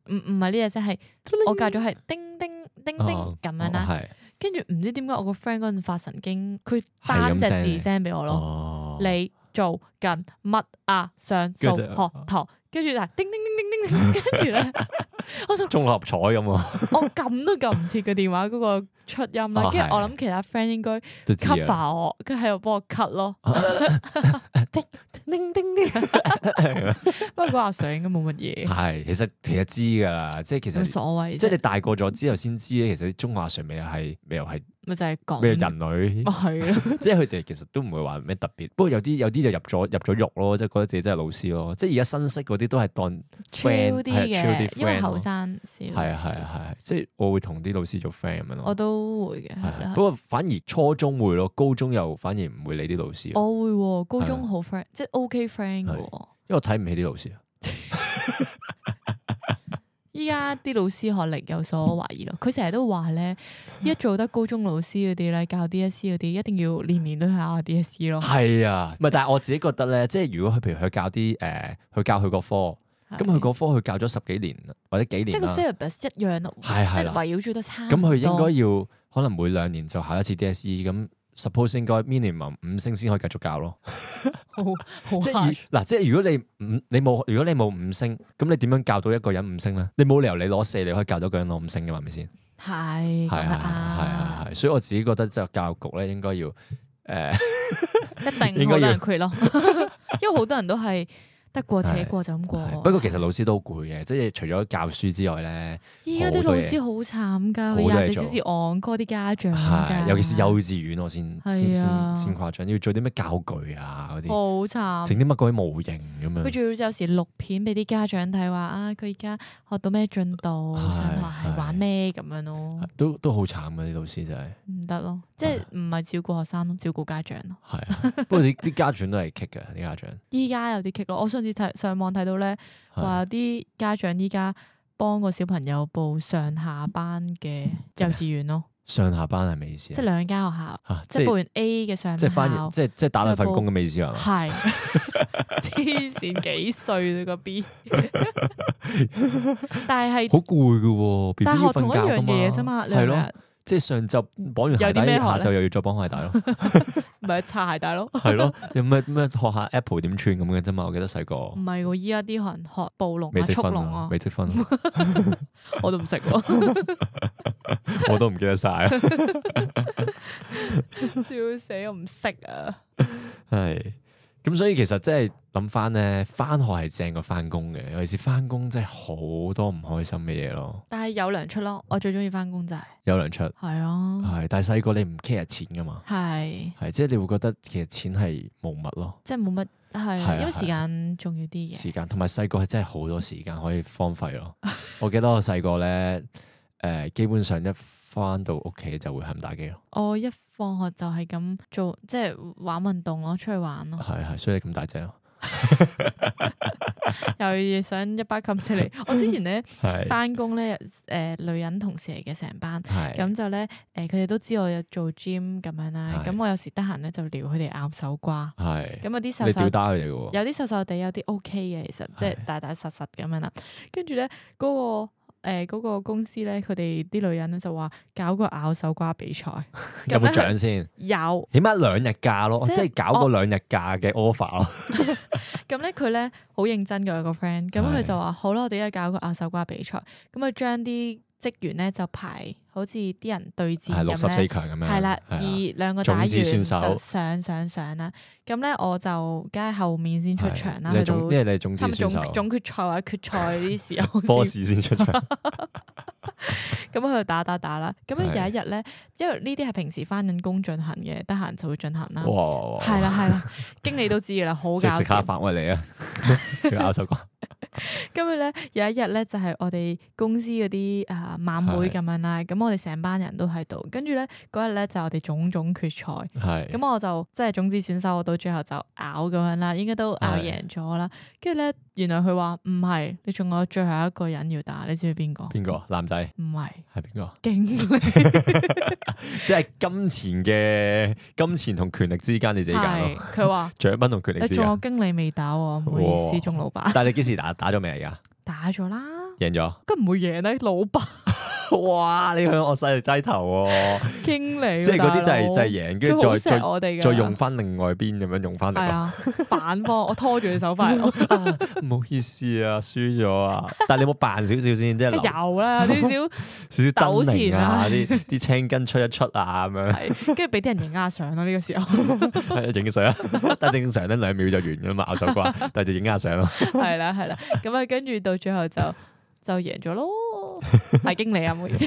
[SPEAKER 2] 唔唔係呢隻聲，係我教咗係叮叮叮叮
[SPEAKER 1] 哦
[SPEAKER 2] 咁樣
[SPEAKER 1] 哦
[SPEAKER 2] 啦。
[SPEAKER 1] 係
[SPEAKER 2] 跟住唔知點解我個 friend 嗰陣發神經，佢
[SPEAKER 1] 係咁
[SPEAKER 2] 單隻
[SPEAKER 1] send 你
[SPEAKER 2] 字 send 俾我咯。
[SPEAKER 1] 哦，
[SPEAKER 2] 你做緊乜啊？上數
[SPEAKER 1] 跟住就哦
[SPEAKER 2] 學堂，跟住就係叮叮叮叮叮，跟住咧，
[SPEAKER 1] [laughs]
[SPEAKER 2] 我就
[SPEAKER 1] 中六合彩咁啊，
[SPEAKER 2] 我撳都撳唔切個電話嗰個出音
[SPEAKER 1] 哦
[SPEAKER 2] 啦。跟住
[SPEAKER 1] 係
[SPEAKER 2] 我諗其他 friend 應該
[SPEAKER 1] 都知啊。
[SPEAKER 2] cover 我，跟住喺度幫我 cut
[SPEAKER 1] [laughs]
[SPEAKER 2] 咯。
[SPEAKER 1] 叮叮叮，
[SPEAKER 2] 不過嗰個阿 Sir 應該冇乜嘢，
[SPEAKER 1] [laughs] 係其實其實知噶啦，即係其
[SPEAKER 2] 冇
[SPEAKER 1] 實
[SPEAKER 2] 所謂
[SPEAKER 1] 即係你
[SPEAKER 2] 啫。
[SPEAKER 1] 大個咗之後先知咧，其實啲中華上咪又係咪又係
[SPEAKER 2] 咪就係講
[SPEAKER 1] 咩人類
[SPEAKER 2] 咪， [laughs] 係咯，
[SPEAKER 1] 即係佢哋其實都唔會話咩特別，不過有啲有啲就入咗入咗肉咯，即係覺得自己真係老師咯，即係而家新識嗰啲都係當
[SPEAKER 2] 超
[SPEAKER 1] friend，
[SPEAKER 2] 啲
[SPEAKER 1] 係啊，chill 啲
[SPEAKER 2] 嘅，因為
[SPEAKER 1] friend 咯
[SPEAKER 2] 後生少。
[SPEAKER 1] 係啊係啊係啊，即係我會同啲老師做 friend 咁樣咯。
[SPEAKER 2] 我都會嘅，
[SPEAKER 1] 係
[SPEAKER 2] 係
[SPEAKER 1] 係
[SPEAKER 2] 啦
[SPEAKER 1] 不。過反而初中會咯，高中又反而唔會理啲老師，因
[SPEAKER 2] 我會喎，高
[SPEAKER 1] 係啊
[SPEAKER 2] 中好 friend，即係 OK friend 嘅喎。
[SPEAKER 1] 為我睇唔起啲老師。啊
[SPEAKER 2] 依家啲老師學歷有所懷疑咯，佢成日都話咧，一做得高中老師嗰啲咧，教 DSE 嗰啲，一定要年年都考下 DSE 咯。
[SPEAKER 1] 係啊，唔係，但係我自己覺得咧，即係如果佢譬如佢教啲誒，佢教佢個科。 [laughs] 咁佢
[SPEAKER 2] 係
[SPEAKER 1] 嗰科佢教咗十幾年或者幾
[SPEAKER 2] 即係
[SPEAKER 1] 年
[SPEAKER 2] 個
[SPEAKER 1] 啦，
[SPEAKER 2] syllabus 一樣咯，
[SPEAKER 1] 係
[SPEAKER 2] 即
[SPEAKER 1] 係
[SPEAKER 2] 係
[SPEAKER 1] 啦。
[SPEAKER 2] 圍繞住得差唔
[SPEAKER 1] 咁
[SPEAKER 2] 多。
[SPEAKER 1] 佢應該要可能每兩年就考一次 DSE，咁 suppose 應該 minimum 五星先可以繼續教咯。
[SPEAKER 2] [laughs] 好啊
[SPEAKER 1] 即
[SPEAKER 2] 好
[SPEAKER 1] 係如嗱，即係如果你五你冇如果你冇五星，咁你點樣教到一個人五星咧？你冇理由你攞四，你可以教到一個人攞五星嘅嘛？係咪先？係係
[SPEAKER 2] 係
[SPEAKER 1] 係係
[SPEAKER 2] 啊，
[SPEAKER 1] 係，所以我自己覺得即係教育局咧應該
[SPEAKER 2] 哦
[SPEAKER 1] 要誒、呃
[SPEAKER 2] 一
[SPEAKER 1] 應
[SPEAKER 2] 定
[SPEAKER 1] 該
[SPEAKER 2] 好多
[SPEAKER 1] 要
[SPEAKER 2] 人 quit 咯，
[SPEAKER 1] [laughs]
[SPEAKER 2] 因為好多人都係得過且過就咁
[SPEAKER 1] 係
[SPEAKER 2] 過。
[SPEAKER 1] 不過其實老師都好攰嘅，即係除咗教書之外咧，
[SPEAKER 2] 依家啲老師好慘
[SPEAKER 1] 好
[SPEAKER 2] 㗎，
[SPEAKER 1] 多嘢
[SPEAKER 2] 廿四
[SPEAKER 1] 做
[SPEAKER 2] 小時 on call 啲家長
[SPEAKER 1] 係
[SPEAKER 2] 㗎，
[SPEAKER 1] 尤其是幼稚園我先先
[SPEAKER 2] 嗯係啊
[SPEAKER 1] 先先誇張，要做啲咩教具啊嗰啲。
[SPEAKER 2] 好慘。
[SPEAKER 1] 整啲乜鬼模型咁
[SPEAKER 2] 佢
[SPEAKER 1] 樣，
[SPEAKER 2] 仲要有時錄片俾啲家長睇，話啊佢而家學到咩進度，
[SPEAKER 1] 係
[SPEAKER 2] 上堂係玩咩咁樣咯，
[SPEAKER 1] 都都好慘嘅啲老師真係，
[SPEAKER 2] 唔得咯，即係唔係照顧學生咯，照顧家長咯。
[SPEAKER 1] 係啊。不過啲 [laughs] 啲家長都係棘嘅，啲家長
[SPEAKER 2] 依家有啲棘咯，我
[SPEAKER 1] 嗯
[SPEAKER 2] 上次睇上網睇到咧，話
[SPEAKER 1] 係啊
[SPEAKER 2] 有啲家長依家幫個小朋友報上下班嘅幼稚園咯，
[SPEAKER 1] 上下班係咩意思
[SPEAKER 2] 即係
[SPEAKER 1] 啊？
[SPEAKER 2] 兩間學校，
[SPEAKER 1] 嚇
[SPEAKER 2] 即
[SPEAKER 1] 即
[SPEAKER 2] 係報
[SPEAKER 1] 係
[SPEAKER 2] 完 A 嘅上
[SPEAKER 1] 即係翻
[SPEAKER 2] 校，
[SPEAKER 1] 即係即係打兩份工咁嘅意思係嘛？
[SPEAKER 2] 係黐線幾歲你
[SPEAKER 1] [laughs]
[SPEAKER 2] 個 B，但係
[SPEAKER 1] 好
[SPEAKER 2] 係
[SPEAKER 1] 攰嘅喎，B B
[SPEAKER 2] 但係
[SPEAKER 1] 要
[SPEAKER 2] 學同一樣
[SPEAKER 1] 瞓覺
[SPEAKER 2] 嘢啫
[SPEAKER 1] 㗎
[SPEAKER 2] 嘛，你
[SPEAKER 1] 係
[SPEAKER 2] 明唔明啊
[SPEAKER 1] 咯，即係上晝綁完
[SPEAKER 2] 有
[SPEAKER 1] 鞋
[SPEAKER 2] 啲
[SPEAKER 1] 帶，
[SPEAKER 2] 咩學
[SPEAKER 1] 下
[SPEAKER 2] 咧
[SPEAKER 1] 晝又要再綁鞋帶咯，
[SPEAKER 2] 咪擦鞋帶咯。
[SPEAKER 1] 係咯，有咩咩學下 Apple 點穿咁嘅啫嘛？我記得細
[SPEAKER 2] 唔
[SPEAKER 1] 個
[SPEAKER 2] 係喎，依家啲可能學暴龍
[SPEAKER 1] 未
[SPEAKER 2] 啊、
[SPEAKER 1] 積
[SPEAKER 2] 嗯速
[SPEAKER 1] 分
[SPEAKER 2] 龍
[SPEAKER 1] 啊
[SPEAKER 2] 啊，
[SPEAKER 1] 未，積分啊，
[SPEAKER 2] 我都唔識 [laughs] 喎，
[SPEAKER 1] 我都唔記得
[SPEAKER 2] [laughs]
[SPEAKER 1] 晒。啊
[SPEAKER 2] 笑死我唔識啊！
[SPEAKER 1] 係，咁所以其實即係諗翻咧，翻學係正過翻工嘅，尤其是翻工真係好多唔開心嘅嘢咯，
[SPEAKER 2] 但係有糧出咯，我最中意翻工就係，
[SPEAKER 1] 有糧出
[SPEAKER 2] 係啊，
[SPEAKER 1] 係，但係細個你唔 care 錢噶嘛，
[SPEAKER 2] 係
[SPEAKER 1] 係即係你會覺得其實錢係無物咯，
[SPEAKER 2] 即係冇乜
[SPEAKER 1] 係啊
[SPEAKER 2] 係，因為時間重要啲嘅，
[SPEAKER 1] 時間同埋細個係啊真係好多時間可以荒廢
[SPEAKER 2] [laughs]
[SPEAKER 1] 咯。我記得我細個咧，誒、基本上一翻到屋企就會係咁打機咯，
[SPEAKER 2] 我一放學就係咁做，即係玩運動咯，出去玩
[SPEAKER 1] [laughs]
[SPEAKER 2] 咯，
[SPEAKER 1] 係係，所以你咁大隻
[SPEAKER 2] [laughs]
[SPEAKER 1] 咯，
[SPEAKER 2] 又想一巴冚死你。
[SPEAKER 1] [laughs]
[SPEAKER 2] 我之前咧
[SPEAKER 1] 係
[SPEAKER 2] 翻工咧，誒女人同事嚟嘅成班。
[SPEAKER 1] 係
[SPEAKER 2] 咁就咧，誒佢哋都知我有做 gym 咁樣啦，
[SPEAKER 1] 係
[SPEAKER 2] 咁我有時得閒咧就撩佢哋拗手瓜，
[SPEAKER 1] 係，
[SPEAKER 2] 咁有啲瘦
[SPEAKER 1] 你
[SPEAKER 2] 瘦
[SPEAKER 1] 吊打佢哋嘅 [laughs] 喎，
[SPEAKER 2] 有啲瘦瘦地，有啲 OK 嘅，其實即係
[SPEAKER 1] 係
[SPEAKER 2] 大大實實咁樣啦。跟住咧，嗰個誒嗰個公司咧，佢哋啲女人咧就話搞個咬手瓜比賽，
[SPEAKER 1] [laughs] 有
[SPEAKER 2] 咁咧
[SPEAKER 1] 冇獎
[SPEAKER 2] [laughs]
[SPEAKER 1] 先？
[SPEAKER 2] 有
[SPEAKER 1] 起碼兩日假咯，
[SPEAKER 2] 即係
[SPEAKER 1] 即係搞個兩日假嘅 offer 咯。
[SPEAKER 2] 咁咧佢咧好認真嘅有個 friend，咁佢
[SPEAKER 1] 係
[SPEAKER 2] 就話好啦，我哋而家搞個咬手瓜比賽，咁啊將啲職員咧就排好似啲人對戰
[SPEAKER 1] 係六十
[SPEAKER 2] 咁
[SPEAKER 1] 四
[SPEAKER 2] 咧。
[SPEAKER 1] 強咁樣。
[SPEAKER 2] 係啦，
[SPEAKER 1] 係啊
[SPEAKER 2] 以兩個打完
[SPEAKER 1] 種子
[SPEAKER 2] 就
[SPEAKER 1] 選手
[SPEAKER 2] 上上上啦。咁咧我就梗係後面先出
[SPEAKER 1] 係
[SPEAKER 2] 場啦，
[SPEAKER 1] 你
[SPEAKER 2] 去
[SPEAKER 1] 係
[SPEAKER 2] 到
[SPEAKER 1] 總因為你係總之
[SPEAKER 2] 差唔多
[SPEAKER 1] 選
[SPEAKER 2] 總
[SPEAKER 1] 手，
[SPEAKER 2] 總決賽或者決賽呢啲時候
[SPEAKER 1] [laughs] 波
[SPEAKER 2] 先
[SPEAKER 1] 士先出場。
[SPEAKER 2] [laughs] 咁佢就打打打啦。咁樣有
[SPEAKER 1] 係
[SPEAKER 2] 一日咧，因為呢啲係平時翻緊工進行嘅，得閒就會進行啦。
[SPEAKER 1] 哇！
[SPEAKER 2] 係啦係啦，經理都知噶啦，好搞
[SPEAKER 1] 即係食下
[SPEAKER 2] 笑。
[SPEAKER 1] 飯喂你
[SPEAKER 2] [laughs]
[SPEAKER 1] 啊，佢咬手瓜。
[SPEAKER 2] 跟住咧有一日咧就係我哋公司嗰啲啊晚會
[SPEAKER 1] 係
[SPEAKER 2] 咁樣啦，咁我哋成班人都喺度。跟住咧嗰日咧就我哋種種決賽，
[SPEAKER 1] 係
[SPEAKER 2] 咁我就即係總之選手，我到最後就咬咁樣啦，應該都咬贏咗啦。跟住咧原來佢話唔係，你仲有最後一個人要打，你知唔知邊個？
[SPEAKER 1] 邊個男仔？
[SPEAKER 2] 唔係
[SPEAKER 1] 係邊個？
[SPEAKER 2] 經理。
[SPEAKER 1] 即係金錢嘅金錢同權力之間，你自己揀
[SPEAKER 2] 係
[SPEAKER 1] 咯。
[SPEAKER 2] 佢話。
[SPEAKER 1] 獎品同權力
[SPEAKER 2] 你
[SPEAKER 1] 之
[SPEAKER 2] 仲有
[SPEAKER 1] 間。
[SPEAKER 2] 經理未打喎，唔好意
[SPEAKER 1] 啊哇
[SPEAKER 2] 思，仲老闆
[SPEAKER 1] 但係你幾時打？打咗未而家？
[SPEAKER 2] 打咗啦，
[SPEAKER 1] 贏咗？
[SPEAKER 2] 咁唔會贏咧，老闆
[SPEAKER 1] 哇！你向我勢力低頭喎，
[SPEAKER 2] 經理喎，
[SPEAKER 1] 即係嗰啲就
[SPEAKER 2] 大
[SPEAKER 1] 係
[SPEAKER 2] 佬
[SPEAKER 1] 就係贏，跟
[SPEAKER 2] 佢好
[SPEAKER 1] 住再
[SPEAKER 2] 錫
[SPEAKER 1] 再
[SPEAKER 2] 我哋㗎，
[SPEAKER 1] 再用翻另外邊咁樣用翻嚟
[SPEAKER 2] 係
[SPEAKER 1] 咯。
[SPEAKER 2] 啊，反幫我拖住你手
[SPEAKER 1] [laughs]
[SPEAKER 2] 快，有
[SPEAKER 1] 唔好意思啊，輸咗啊！但係你有冇扮少少先，即係留
[SPEAKER 2] 啦，有少少
[SPEAKER 1] 少少狰狞啊，
[SPEAKER 2] 糾纏啊
[SPEAKER 1] 啲啲青筋出一出啊咁樣。
[SPEAKER 2] 係，跟住俾啲人影下相咯。呢個時候 [laughs]
[SPEAKER 1] 影相， [laughs] 但係正常咧兩秒就完噶嘛，咬手瓜， [laughs] 但係就影下相咯。
[SPEAKER 2] 係啦係啦，咁啊跟住到最後就就贏咗咯，
[SPEAKER 1] [laughs]
[SPEAKER 2] 係經理啊，唔好意思，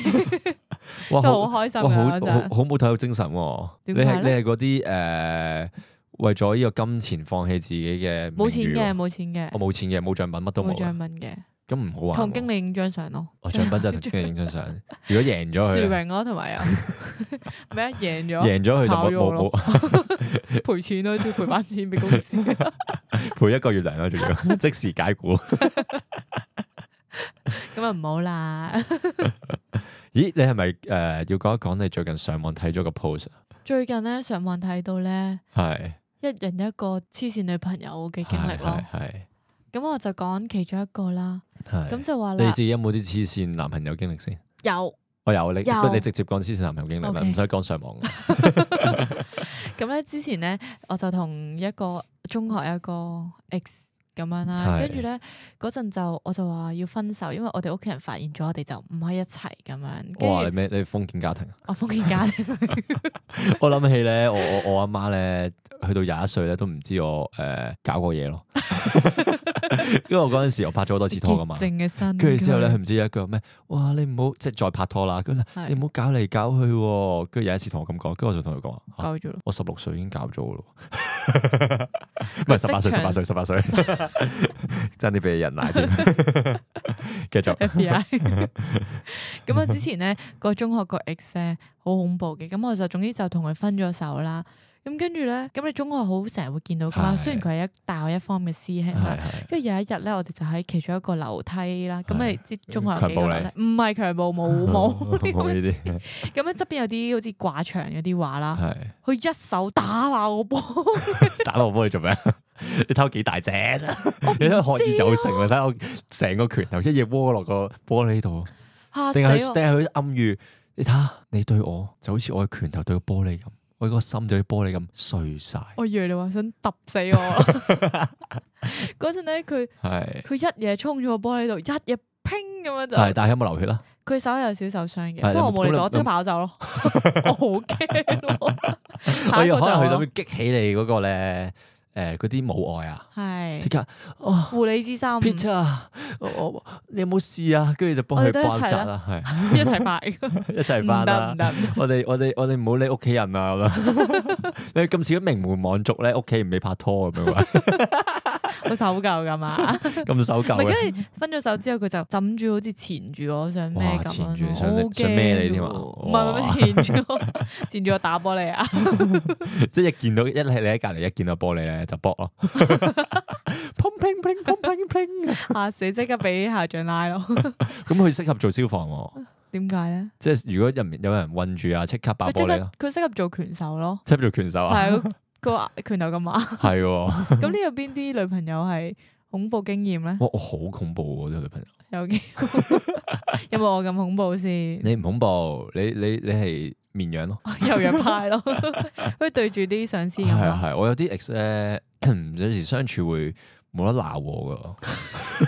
[SPEAKER 1] 哇，
[SPEAKER 2] 都
[SPEAKER 1] 好
[SPEAKER 2] 好開心
[SPEAKER 1] 哇，好好
[SPEAKER 2] 啊，真
[SPEAKER 1] 好
[SPEAKER 2] 係
[SPEAKER 1] 好冇體育精神喎！你
[SPEAKER 2] 點解
[SPEAKER 1] 係你
[SPEAKER 2] 咧
[SPEAKER 1] 係嗰啲誒為咗呢個金錢放棄自己嘅
[SPEAKER 2] 冇錢
[SPEAKER 1] 名譽
[SPEAKER 2] 嘅
[SPEAKER 1] 喎，
[SPEAKER 2] 冇錢嘅
[SPEAKER 1] 我，冇錢嘅，冇獎品，乜都冇
[SPEAKER 2] 冇
[SPEAKER 1] 嘅，
[SPEAKER 2] 獎品嘅，
[SPEAKER 1] 咁唔好玩喎。
[SPEAKER 2] 同經理影張相咯，
[SPEAKER 1] 我獎品就係同經理影張
[SPEAKER 2] [laughs]
[SPEAKER 1] 相，如果贏咗
[SPEAKER 2] 殊
[SPEAKER 1] 佢，
[SPEAKER 2] 榮咯，同
[SPEAKER 1] [laughs]
[SPEAKER 2] 埋有 [laughs] 咩啊贏咗。
[SPEAKER 1] 贏咗佢就
[SPEAKER 2] 炒
[SPEAKER 1] 冇
[SPEAKER 2] 咗我
[SPEAKER 1] 冇
[SPEAKER 2] 咯
[SPEAKER 1] 冇
[SPEAKER 2] 賠錢咯，都要賠翻錢俾公
[SPEAKER 1] [laughs]
[SPEAKER 2] 司。咁
[SPEAKER 1] 賠一個月糧啦，仲
[SPEAKER 2] [laughs]
[SPEAKER 1] 要即時解雇。
[SPEAKER 2] 啊唔好啦。
[SPEAKER 1] 咦，你係咪誒要講一講你最近上網睇咗個 post？啊
[SPEAKER 2] 最近咧上網睇到咧
[SPEAKER 1] 係
[SPEAKER 2] 一人一個黐線女朋友嘅經歷咯
[SPEAKER 1] 係，係
[SPEAKER 2] 咁我就講其中一個啦。
[SPEAKER 1] 係。
[SPEAKER 2] 咁就話
[SPEAKER 1] 你
[SPEAKER 2] 啦
[SPEAKER 1] 自，己有冇啲黐線男朋友經歷先？
[SPEAKER 2] 有
[SPEAKER 1] 我有你，
[SPEAKER 2] 有
[SPEAKER 1] 不你直接講黐線男朋友經歷啦，
[SPEAKER 2] OK
[SPEAKER 1] 唔使講上網。
[SPEAKER 2] 咁咧之前咧，我就同一個中學一個 ex 咁樣啦，
[SPEAKER 1] 係
[SPEAKER 2] 跟住咧嗰陣就我就話要分手，因為我哋屋企人發現咗，我哋就唔可以一齊咁樣。
[SPEAKER 1] 哇！
[SPEAKER 2] 跟
[SPEAKER 1] 你
[SPEAKER 2] 住
[SPEAKER 1] 咩？你封建家庭？啊
[SPEAKER 2] [laughs] 我封建家庭，
[SPEAKER 1] 我諗起咧，我我我阿媽咧，去到廿一歲咧，都唔知我誒、呃搞過嘢
[SPEAKER 2] [laughs]
[SPEAKER 1] 咯。因為我嗰陣時我拍咗好多次拖噶嘛
[SPEAKER 2] 潔，淨嘅身。
[SPEAKER 1] 跟住之後咧，佢唔知一句咩，哇！你唔好即係再拍拖啦，跟住
[SPEAKER 2] 係
[SPEAKER 1] 你唔好搞嚟搞去喎。跟住有一次同我咁講，跟住我就同佢講話
[SPEAKER 2] [laughs]
[SPEAKER 1] 啊
[SPEAKER 2] 夠咗咯。
[SPEAKER 1] 我十六歲已經搞咗
[SPEAKER 2] [laughs]
[SPEAKER 1] 咯，唔係十八歲，十
[SPEAKER 2] 職場
[SPEAKER 1] 八歲，十八
[SPEAKER 2] [laughs]
[SPEAKER 1] 歲， [laughs] 真啲俾人奶添。繼
[SPEAKER 2] [laughs]
[SPEAKER 1] 續 [laughs]
[SPEAKER 2] FBI。咁啊，之前咧個中學個 ex 咧好恐怖嘅，咁我就總之就同佢分咗手啦。咁跟住咧，咁你中學好成日會見到噶嘛？
[SPEAKER 1] 係
[SPEAKER 2] 雖然佢係一大學一方嘅師兄
[SPEAKER 1] 係，
[SPEAKER 2] 啦
[SPEAKER 1] 係
[SPEAKER 2] 跟住有一日咧，我哋就喺其中一個樓梯啦。咁
[SPEAKER 1] 係
[SPEAKER 2] 你知中學有幾個樓
[SPEAKER 1] 強暴
[SPEAKER 2] 梯？唔係強暴，冇冇 [laughs] 呢
[SPEAKER 1] [laughs] 嗯冇
[SPEAKER 2] 個
[SPEAKER 1] 呢
[SPEAKER 2] 事。
[SPEAKER 1] 啲
[SPEAKER 2] 咁咧側邊有啲好似掛牆嗰啲畫啦，
[SPEAKER 1] 係。
[SPEAKER 2] 佢一手打爆我
[SPEAKER 1] [laughs]
[SPEAKER 2] 波，
[SPEAKER 1] 打落我波你做咩？啊 [laughs] 你睇我幾大隻？啊
[SPEAKER 2] [laughs]
[SPEAKER 1] 你睇我學業有成啊！睇我成個拳頭一嘢窩落個玻璃度，
[SPEAKER 2] 嚇死
[SPEAKER 1] 定係
[SPEAKER 2] 我！
[SPEAKER 1] 定係佢暗喻？你睇下，你對我就好似我嘅拳頭對個玻璃咁，我個心對玻璃咁碎晒。
[SPEAKER 2] 我以為你話想揼死
[SPEAKER 1] [laughs]
[SPEAKER 2] 我。嗰陣咧，佢
[SPEAKER 1] 係
[SPEAKER 2] 佢一嘢衝咗個玻璃度，一嘢拼咁樣就，
[SPEAKER 1] 係，但係有冇流血啦？啊
[SPEAKER 2] 佢手有少受傷嘅，
[SPEAKER 1] 係
[SPEAKER 2] 不過我冇理
[SPEAKER 1] 咁你
[SPEAKER 2] 到，我即刻跑走咯， [laughs] 我好驚
[SPEAKER 1] [laughs]
[SPEAKER 2] 咯。
[SPEAKER 1] 我
[SPEAKER 2] 下一
[SPEAKER 1] 以為
[SPEAKER 2] 個
[SPEAKER 1] 哎可能佢
[SPEAKER 2] 就
[SPEAKER 1] 諗
[SPEAKER 2] 我
[SPEAKER 1] 要激起你嗰個咧，誒嗰啲母愛啊，即
[SPEAKER 2] 係
[SPEAKER 1] 刻哦
[SPEAKER 2] 護理之心，
[SPEAKER 1] Peter 啊，我我你有冇事啊？跟住就幫
[SPEAKER 2] 我
[SPEAKER 1] 佢
[SPEAKER 2] 哋都一齊
[SPEAKER 1] 包紮啦，係
[SPEAKER 2] [laughs] 一齊快，
[SPEAKER 1] 一齊
[SPEAKER 2] 唔
[SPEAKER 1] 翻
[SPEAKER 2] 得
[SPEAKER 1] 啦
[SPEAKER 2] 唔。得，
[SPEAKER 1] 我哋我哋我哋唔好理屋企人啊咁樣，
[SPEAKER 2] [laughs]
[SPEAKER 1] 你咁似啲名門望族咧，屋企唔俾拍拖咁樣啊，
[SPEAKER 2] 我手夠噶嘛。
[SPEAKER 1] [laughs] 咁守舊
[SPEAKER 2] 咪
[SPEAKER 1] 嘅。
[SPEAKER 2] 跟住分咗手之後，佢就枕住好似纏住我，想咩
[SPEAKER 1] 哇
[SPEAKER 2] 咁樣
[SPEAKER 1] 纏住
[SPEAKER 2] 咯
[SPEAKER 1] 想
[SPEAKER 2] 好
[SPEAKER 1] 你想孭你
[SPEAKER 2] 驚
[SPEAKER 1] 添啊
[SPEAKER 2] 喎唔係唔係纏住我， [laughs] 纏住我打玻璃啊！ [laughs]
[SPEAKER 1] 即係一見到一係你喺隔離，一見到玻璃咧就搏
[SPEAKER 2] [laughs]
[SPEAKER 1] 咯，砰砰砰砰砰砰，
[SPEAKER 2] 嚇死，即刻俾校長拉
[SPEAKER 1] [laughs]
[SPEAKER 2] 咯。
[SPEAKER 1] 啊咁佢適合做消防喎，
[SPEAKER 2] [laughs] 點解咧？
[SPEAKER 1] 即係如果入面有人韞住啊，即刻爆
[SPEAKER 2] 佢即
[SPEAKER 1] 玻璃咯
[SPEAKER 2] 刻，佢適合做拳手咯，
[SPEAKER 1] 即係做拳手啊，
[SPEAKER 2] 係啊個個拳頭咁硬。
[SPEAKER 1] 係喎，
[SPEAKER 2] 咁呢度邊啲女朋友係恐怖經驗咧？
[SPEAKER 1] 哇我好恐怖喎啲女朋友，
[SPEAKER 2] 有機會 [laughs] 有冇我咁恐怖先？ [laughs]
[SPEAKER 1] 你唔恐怖，你你你係綿羊咯，
[SPEAKER 2] 又弱派咯， [laughs] 好似對住啲上司
[SPEAKER 1] 係
[SPEAKER 2] 咁
[SPEAKER 1] 啊
[SPEAKER 2] 啊。
[SPEAKER 1] 係啊，我有啲 ex 咧， [clears throat] 有時相處會冇得鬧我噶，
[SPEAKER 2] [laughs]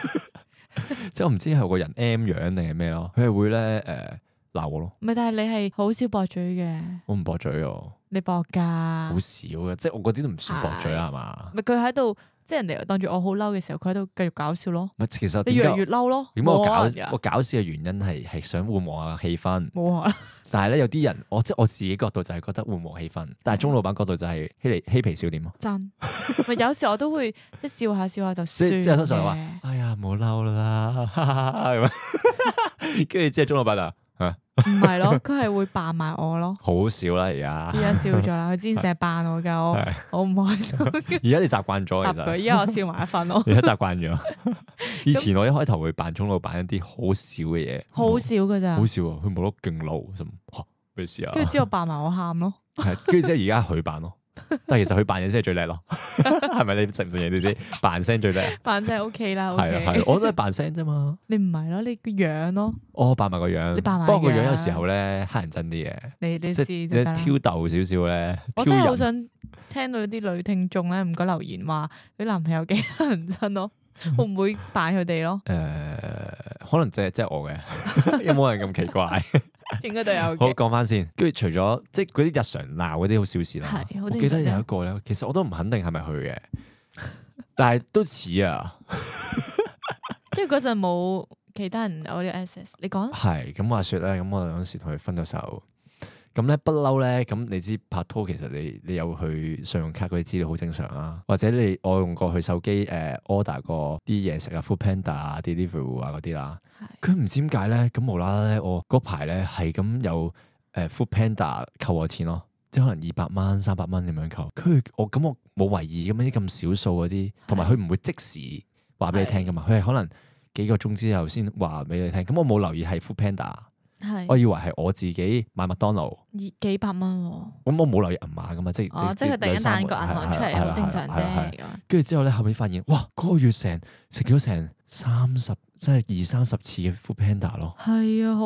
[SPEAKER 1] 即係我唔知係個人 M 樣定係咩咯，佢係會咧诶鬧我咯，
[SPEAKER 2] 唔係，但係你係好少駁嘴嘅，
[SPEAKER 1] 我唔駁嘴哦，
[SPEAKER 2] 你駁㗎
[SPEAKER 1] 好。少嘅，即係我嗰啲都唔算駁嘴啊係嘛，
[SPEAKER 2] 咪佢喺度，即係人哋當住我好嬲嘅時候，佢喺度繼續搞笑咯。
[SPEAKER 1] 唔係其實
[SPEAKER 2] 你
[SPEAKER 1] 點
[SPEAKER 2] 越
[SPEAKER 1] 解
[SPEAKER 2] 嚟越嬲咯。
[SPEAKER 1] 點解我
[SPEAKER 2] 冇啊
[SPEAKER 1] 搞
[SPEAKER 2] 可能㗎
[SPEAKER 1] 我搞笑嘅原因係係想緩和下氣氛，
[SPEAKER 2] 冇可能。
[SPEAKER 1] 但係咧有啲人我即係我自己角度就係覺得緩和氣氛，但係鍾老闆角度就
[SPEAKER 2] 嗯
[SPEAKER 1] 係嬉皮嬉皮笑臉咯。
[SPEAKER 2] 真， [laughs] 咪有時我都會即係笑下笑下就
[SPEAKER 1] 即
[SPEAKER 2] 算
[SPEAKER 1] 係之後通常話
[SPEAKER 2] 嘅，
[SPEAKER 1] 哎呀，唔好嬲啦，哈哈哈咁樣
[SPEAKER 2] [laughs]
[SPEAKER 1] 跟住之後鐘老闆就
[SPEAKER 2] 唔係咯，佢係會扮埋我咯。
[SPEAKER 1] 好少啦，而家
[SPEAKER 2] 依家笑咗啦，佢之前成日扮我㗎，
[SPEAKER 1] [laughs]
[SPEAKER 2] 我
[SPEAKER 1] 係
[SPEAKER 2] 我唔開心，
[SPEAKER 1] 而家你習慣咗
[SPEAKER 2] 答
[SPEAKER 1] 其
[SPEAKER 2] 佢，
[SPEAKER 1] 實，
[SPEAKER 2] 依家我笑埋一份
[SPEAKER 1] [laughs]
[SPEAKER 2] 咯，
[SPEAKER 1] 而家習慣
[SPEAKER 2] [laughs]
[SPEAKER 1] 咗。以前我一開頭會扮鐘老闆一啲好少嘅嘢，
[SPEAKER 2] 好少㗎咋
[SPEAKER 1] 好。少啊，佢冇得勁嬲，就嚇咩事啊？
[SPEAKER 2] 跟住之後扮埋我喊咯，
[SPEAKER 1] 係跟住之後而家佢扮咯，但係其實佢扮嘢先係最叻
[SPEAKER 2] [laughs]
[SPEAKER 1] 咯，係咪你承唔承認你自己扮聲最叻？
[SPEAKER 2] 扮真係 [laughs] OK 啦
[SPEAKER 1] 係啊
[SPEAKER 2] ，OK
[SPEAKER 1] 係。，我都係扮聲啫嘛。
[SPEAKER 2] 你唔係咯，你個樣咯，
[SPEAKER 1] 我扮埋個樣，
[SPEAKER 2] 你扮埋
[SPEAKER 1] 不過個
[SPEAKER 2] 樣
[SPEAKER 1] 樣有時候咧黑人憎啲嘅，
[SPEAKER 2] 你你
[SPEAKER 1] 即
[SPEAKER 2] 試
[SPEAKER 1] 係
[SPEAKER 2] 就得啦。
[SPEAKER 1] 挑逗少少咧，挑
[SPEAKER 2] 我真係好
[SPEAKER 1] 人
[SPEAKER 2] 想聽到啲女聽眾咧，唔該留言話佢男朋友幾乞人憎
[SPEAKER 1] [laughs]
[SPEAKER 2] 咯，會唔會扮佢哋咯？
[SPEAKER 1] 誒、可能即係即係我嘅， [laughs] 有冇人咁奇怪？
[SPEAKER 2] 應該都有
[SPEAKER 1] 好
[SPEAKER 2] 嘅。
[SPEAKER 1] 講翻先，跟住除咗即係嗰啲日常鬧嗰啲好小事啦，
[SPEAKER 2] 係好
[SPEAKER 1] 我
[SPEAKER 2] 正
[SPEAKER 1] 記得
[SPEAKER 2] 常啫
[SPEAKER 1] 有一個咧，其實我都唔肯定係咪佢嘅，但係都似
[SPEAKER 2] [laughs]
[SPEAKER 1] 啊，
[SPEAKER 2] 即係嗰陣冇其他人有啲 access，你講啊啦
[SPEAKER 1] 係咁話説咧，咁我嗰時同佢分咗手，咁咧不嬲咧，咁你知拍拖其實你你有去信用卡嗰啲資料好正常啊，或者你我用過佢手機誒、order 過啲嘢食啊，Food Panda 啊、Deliveroo 啊嗰啲啦。佢唔知點解咧，咁無啦啦咧，我嗰排咧係咁有誒 Food Panda 扣我錢咯，即係可能二百蚊、三百蚊咁樣扣。佢我咁我冇懷疑咁樣啲咁少數嗰啲，同埋佢唔會即時話俾你聽噶嘛，佢係可能幾個鐘之後先話俾你聽。咁我冇留意係 Food Panda，
[SPEAKER 2] 係
[SPEAKER 1] 我
[SPEAKER 2] 係
[SPEAKER 1] 以為係我自己買麥當勞。
[SPEAKER 2] 二幾百蚊喎。
[SPEAKER 1] 咁我冇留意銀碼噶嘛，即係
[SPEAKER 2] 哦，即係佢突然
[SPEAKER 1] 兩
[SPEAKER 2] 間
[SPEAKER 1] 三
[SPEAKER 2] 彈個銀行出
[SPEAKER 1] 係
[SPEAKER 2] 嚟，
[SPEAKER 1] 啦
[SPEAKER 2] 好正
[SPEAKER 1] 係
[SPEAKER 2] 常。
[SPEAKER 1] 啦係啦係啦係啦
[SPEAKER 2] 啫。咁樣
[SPEAKER 1] 跟住之後咧，後尾發現哇，嗰、個月成食咗成三十，即係二三十次嘅 Food Panda 咯。
[SPEAKER 2] 係啊，好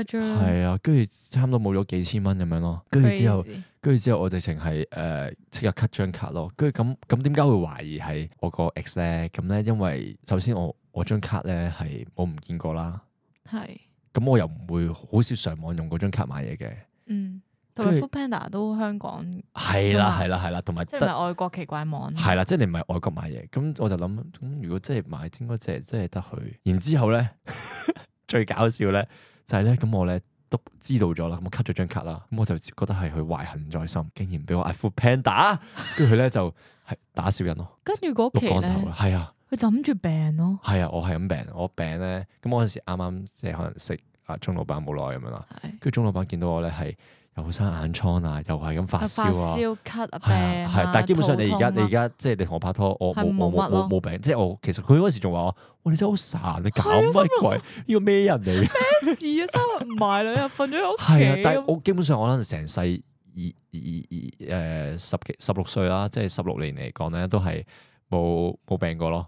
[SPEAKER 2] 誇張。
[SPEAKER 1] 係啊，跟住差唔多冇咗幾千蚊咁樣咯，跟住之後，
[SPEAKER 2] Crazy
[SPEAKER 1] 跟住之後我直情係誒即刻 cut 張卡咯，跟住咁咁點解會懷疑係我個 ex 咧？咁咧因為首先我我張卡咧係我唔見過啦，
[SPEAKER 2] 係
[SPEAKER 1] 咁我又唔會好少上網用嗰張卡買嘢嘅，
[SPEAKER 2] 嗯，同埋
[SPEAKER 1] 跟
[SPEAKER 2] Food
[SPEAKER 1] 住
[SPEAKER 2] Panda 都香港，即
[SPEAKER 1] 係啦係啦係啦，同埋
[SPEAKER 2] 係唔
[SPEAKER 1] 得
[SPEAKER 2] 係外國奇怪網？
[SPEAKER 1] 係啦，即係你唔係外國買嘢，咁我就諗咁如果真係買，應該即係真係得佢。然之後咧 [laughs] 最搞笑咧就係咧咁我咧。都知道咗啦，咁我 cut 咗張卡啦，咁我就覺得係佢懷恨在心，竟然俾我 iPhone Panda，跟住佢咧就係打小人咯，
[SPEAKER 2] 跟住嗰期
[SPEAKER 1] 碌光頭
[SPEAKER 2] 咧
[SPEAKER 1] 啦，，係啊
[SPEAKER 2] 佢枕住病咯。
[SPEAKER 1] 係啊，我係咁病，我病咧，咁我嗰陣時啱啱即係可能識啊鐘老闆冇耐咁樣啦，
[SPEAKER 2] 係
[SPEAKER 1] 跟住鐘老闆見到我咧係又生眼瘡啊，又係咁發
[SPEAKER 2] 發
[SPEAKER 1] 燒啊，
[SPEAKER 2] 燒、咳
[SPEAKER 1] 係
[SPEAKER 2] 啊、病
[SPEAKER 1] 啊
[SPEAKER 2] 啊，
[SPEAKER 1] 係，但係基本上你而家
[SPEAKER 2] 肚
[SPEAKER 1] 你
[SPEAKER 2] 痛啊
[SPEAKER 1] 而家即係你同我拍拖，我
[SPEAKER 2] 係
[SPEAKER 1] 冇我冇
[SPEAKER 2] 冇乜
[SPEAKER 1] 我
[SPEAKER 2] 咯
[SPEAKER 1] 冇病，即係我其實佢嗰時仲話我，哇你真係好孱，你搞
[SPEAKER 2] 啊
[SPEAKER 1] 乜鬼？呢個咩人嚟嘅？
[SPEAKER 2] 事啊，三日唔埋兩日瞓咗喺屋企。
[SPEAKER 1] 係啊，但係我基本上我可能成世二二二誒十幾十六歲啦，即係十六年嚟講咧，都係冇冇病過咯。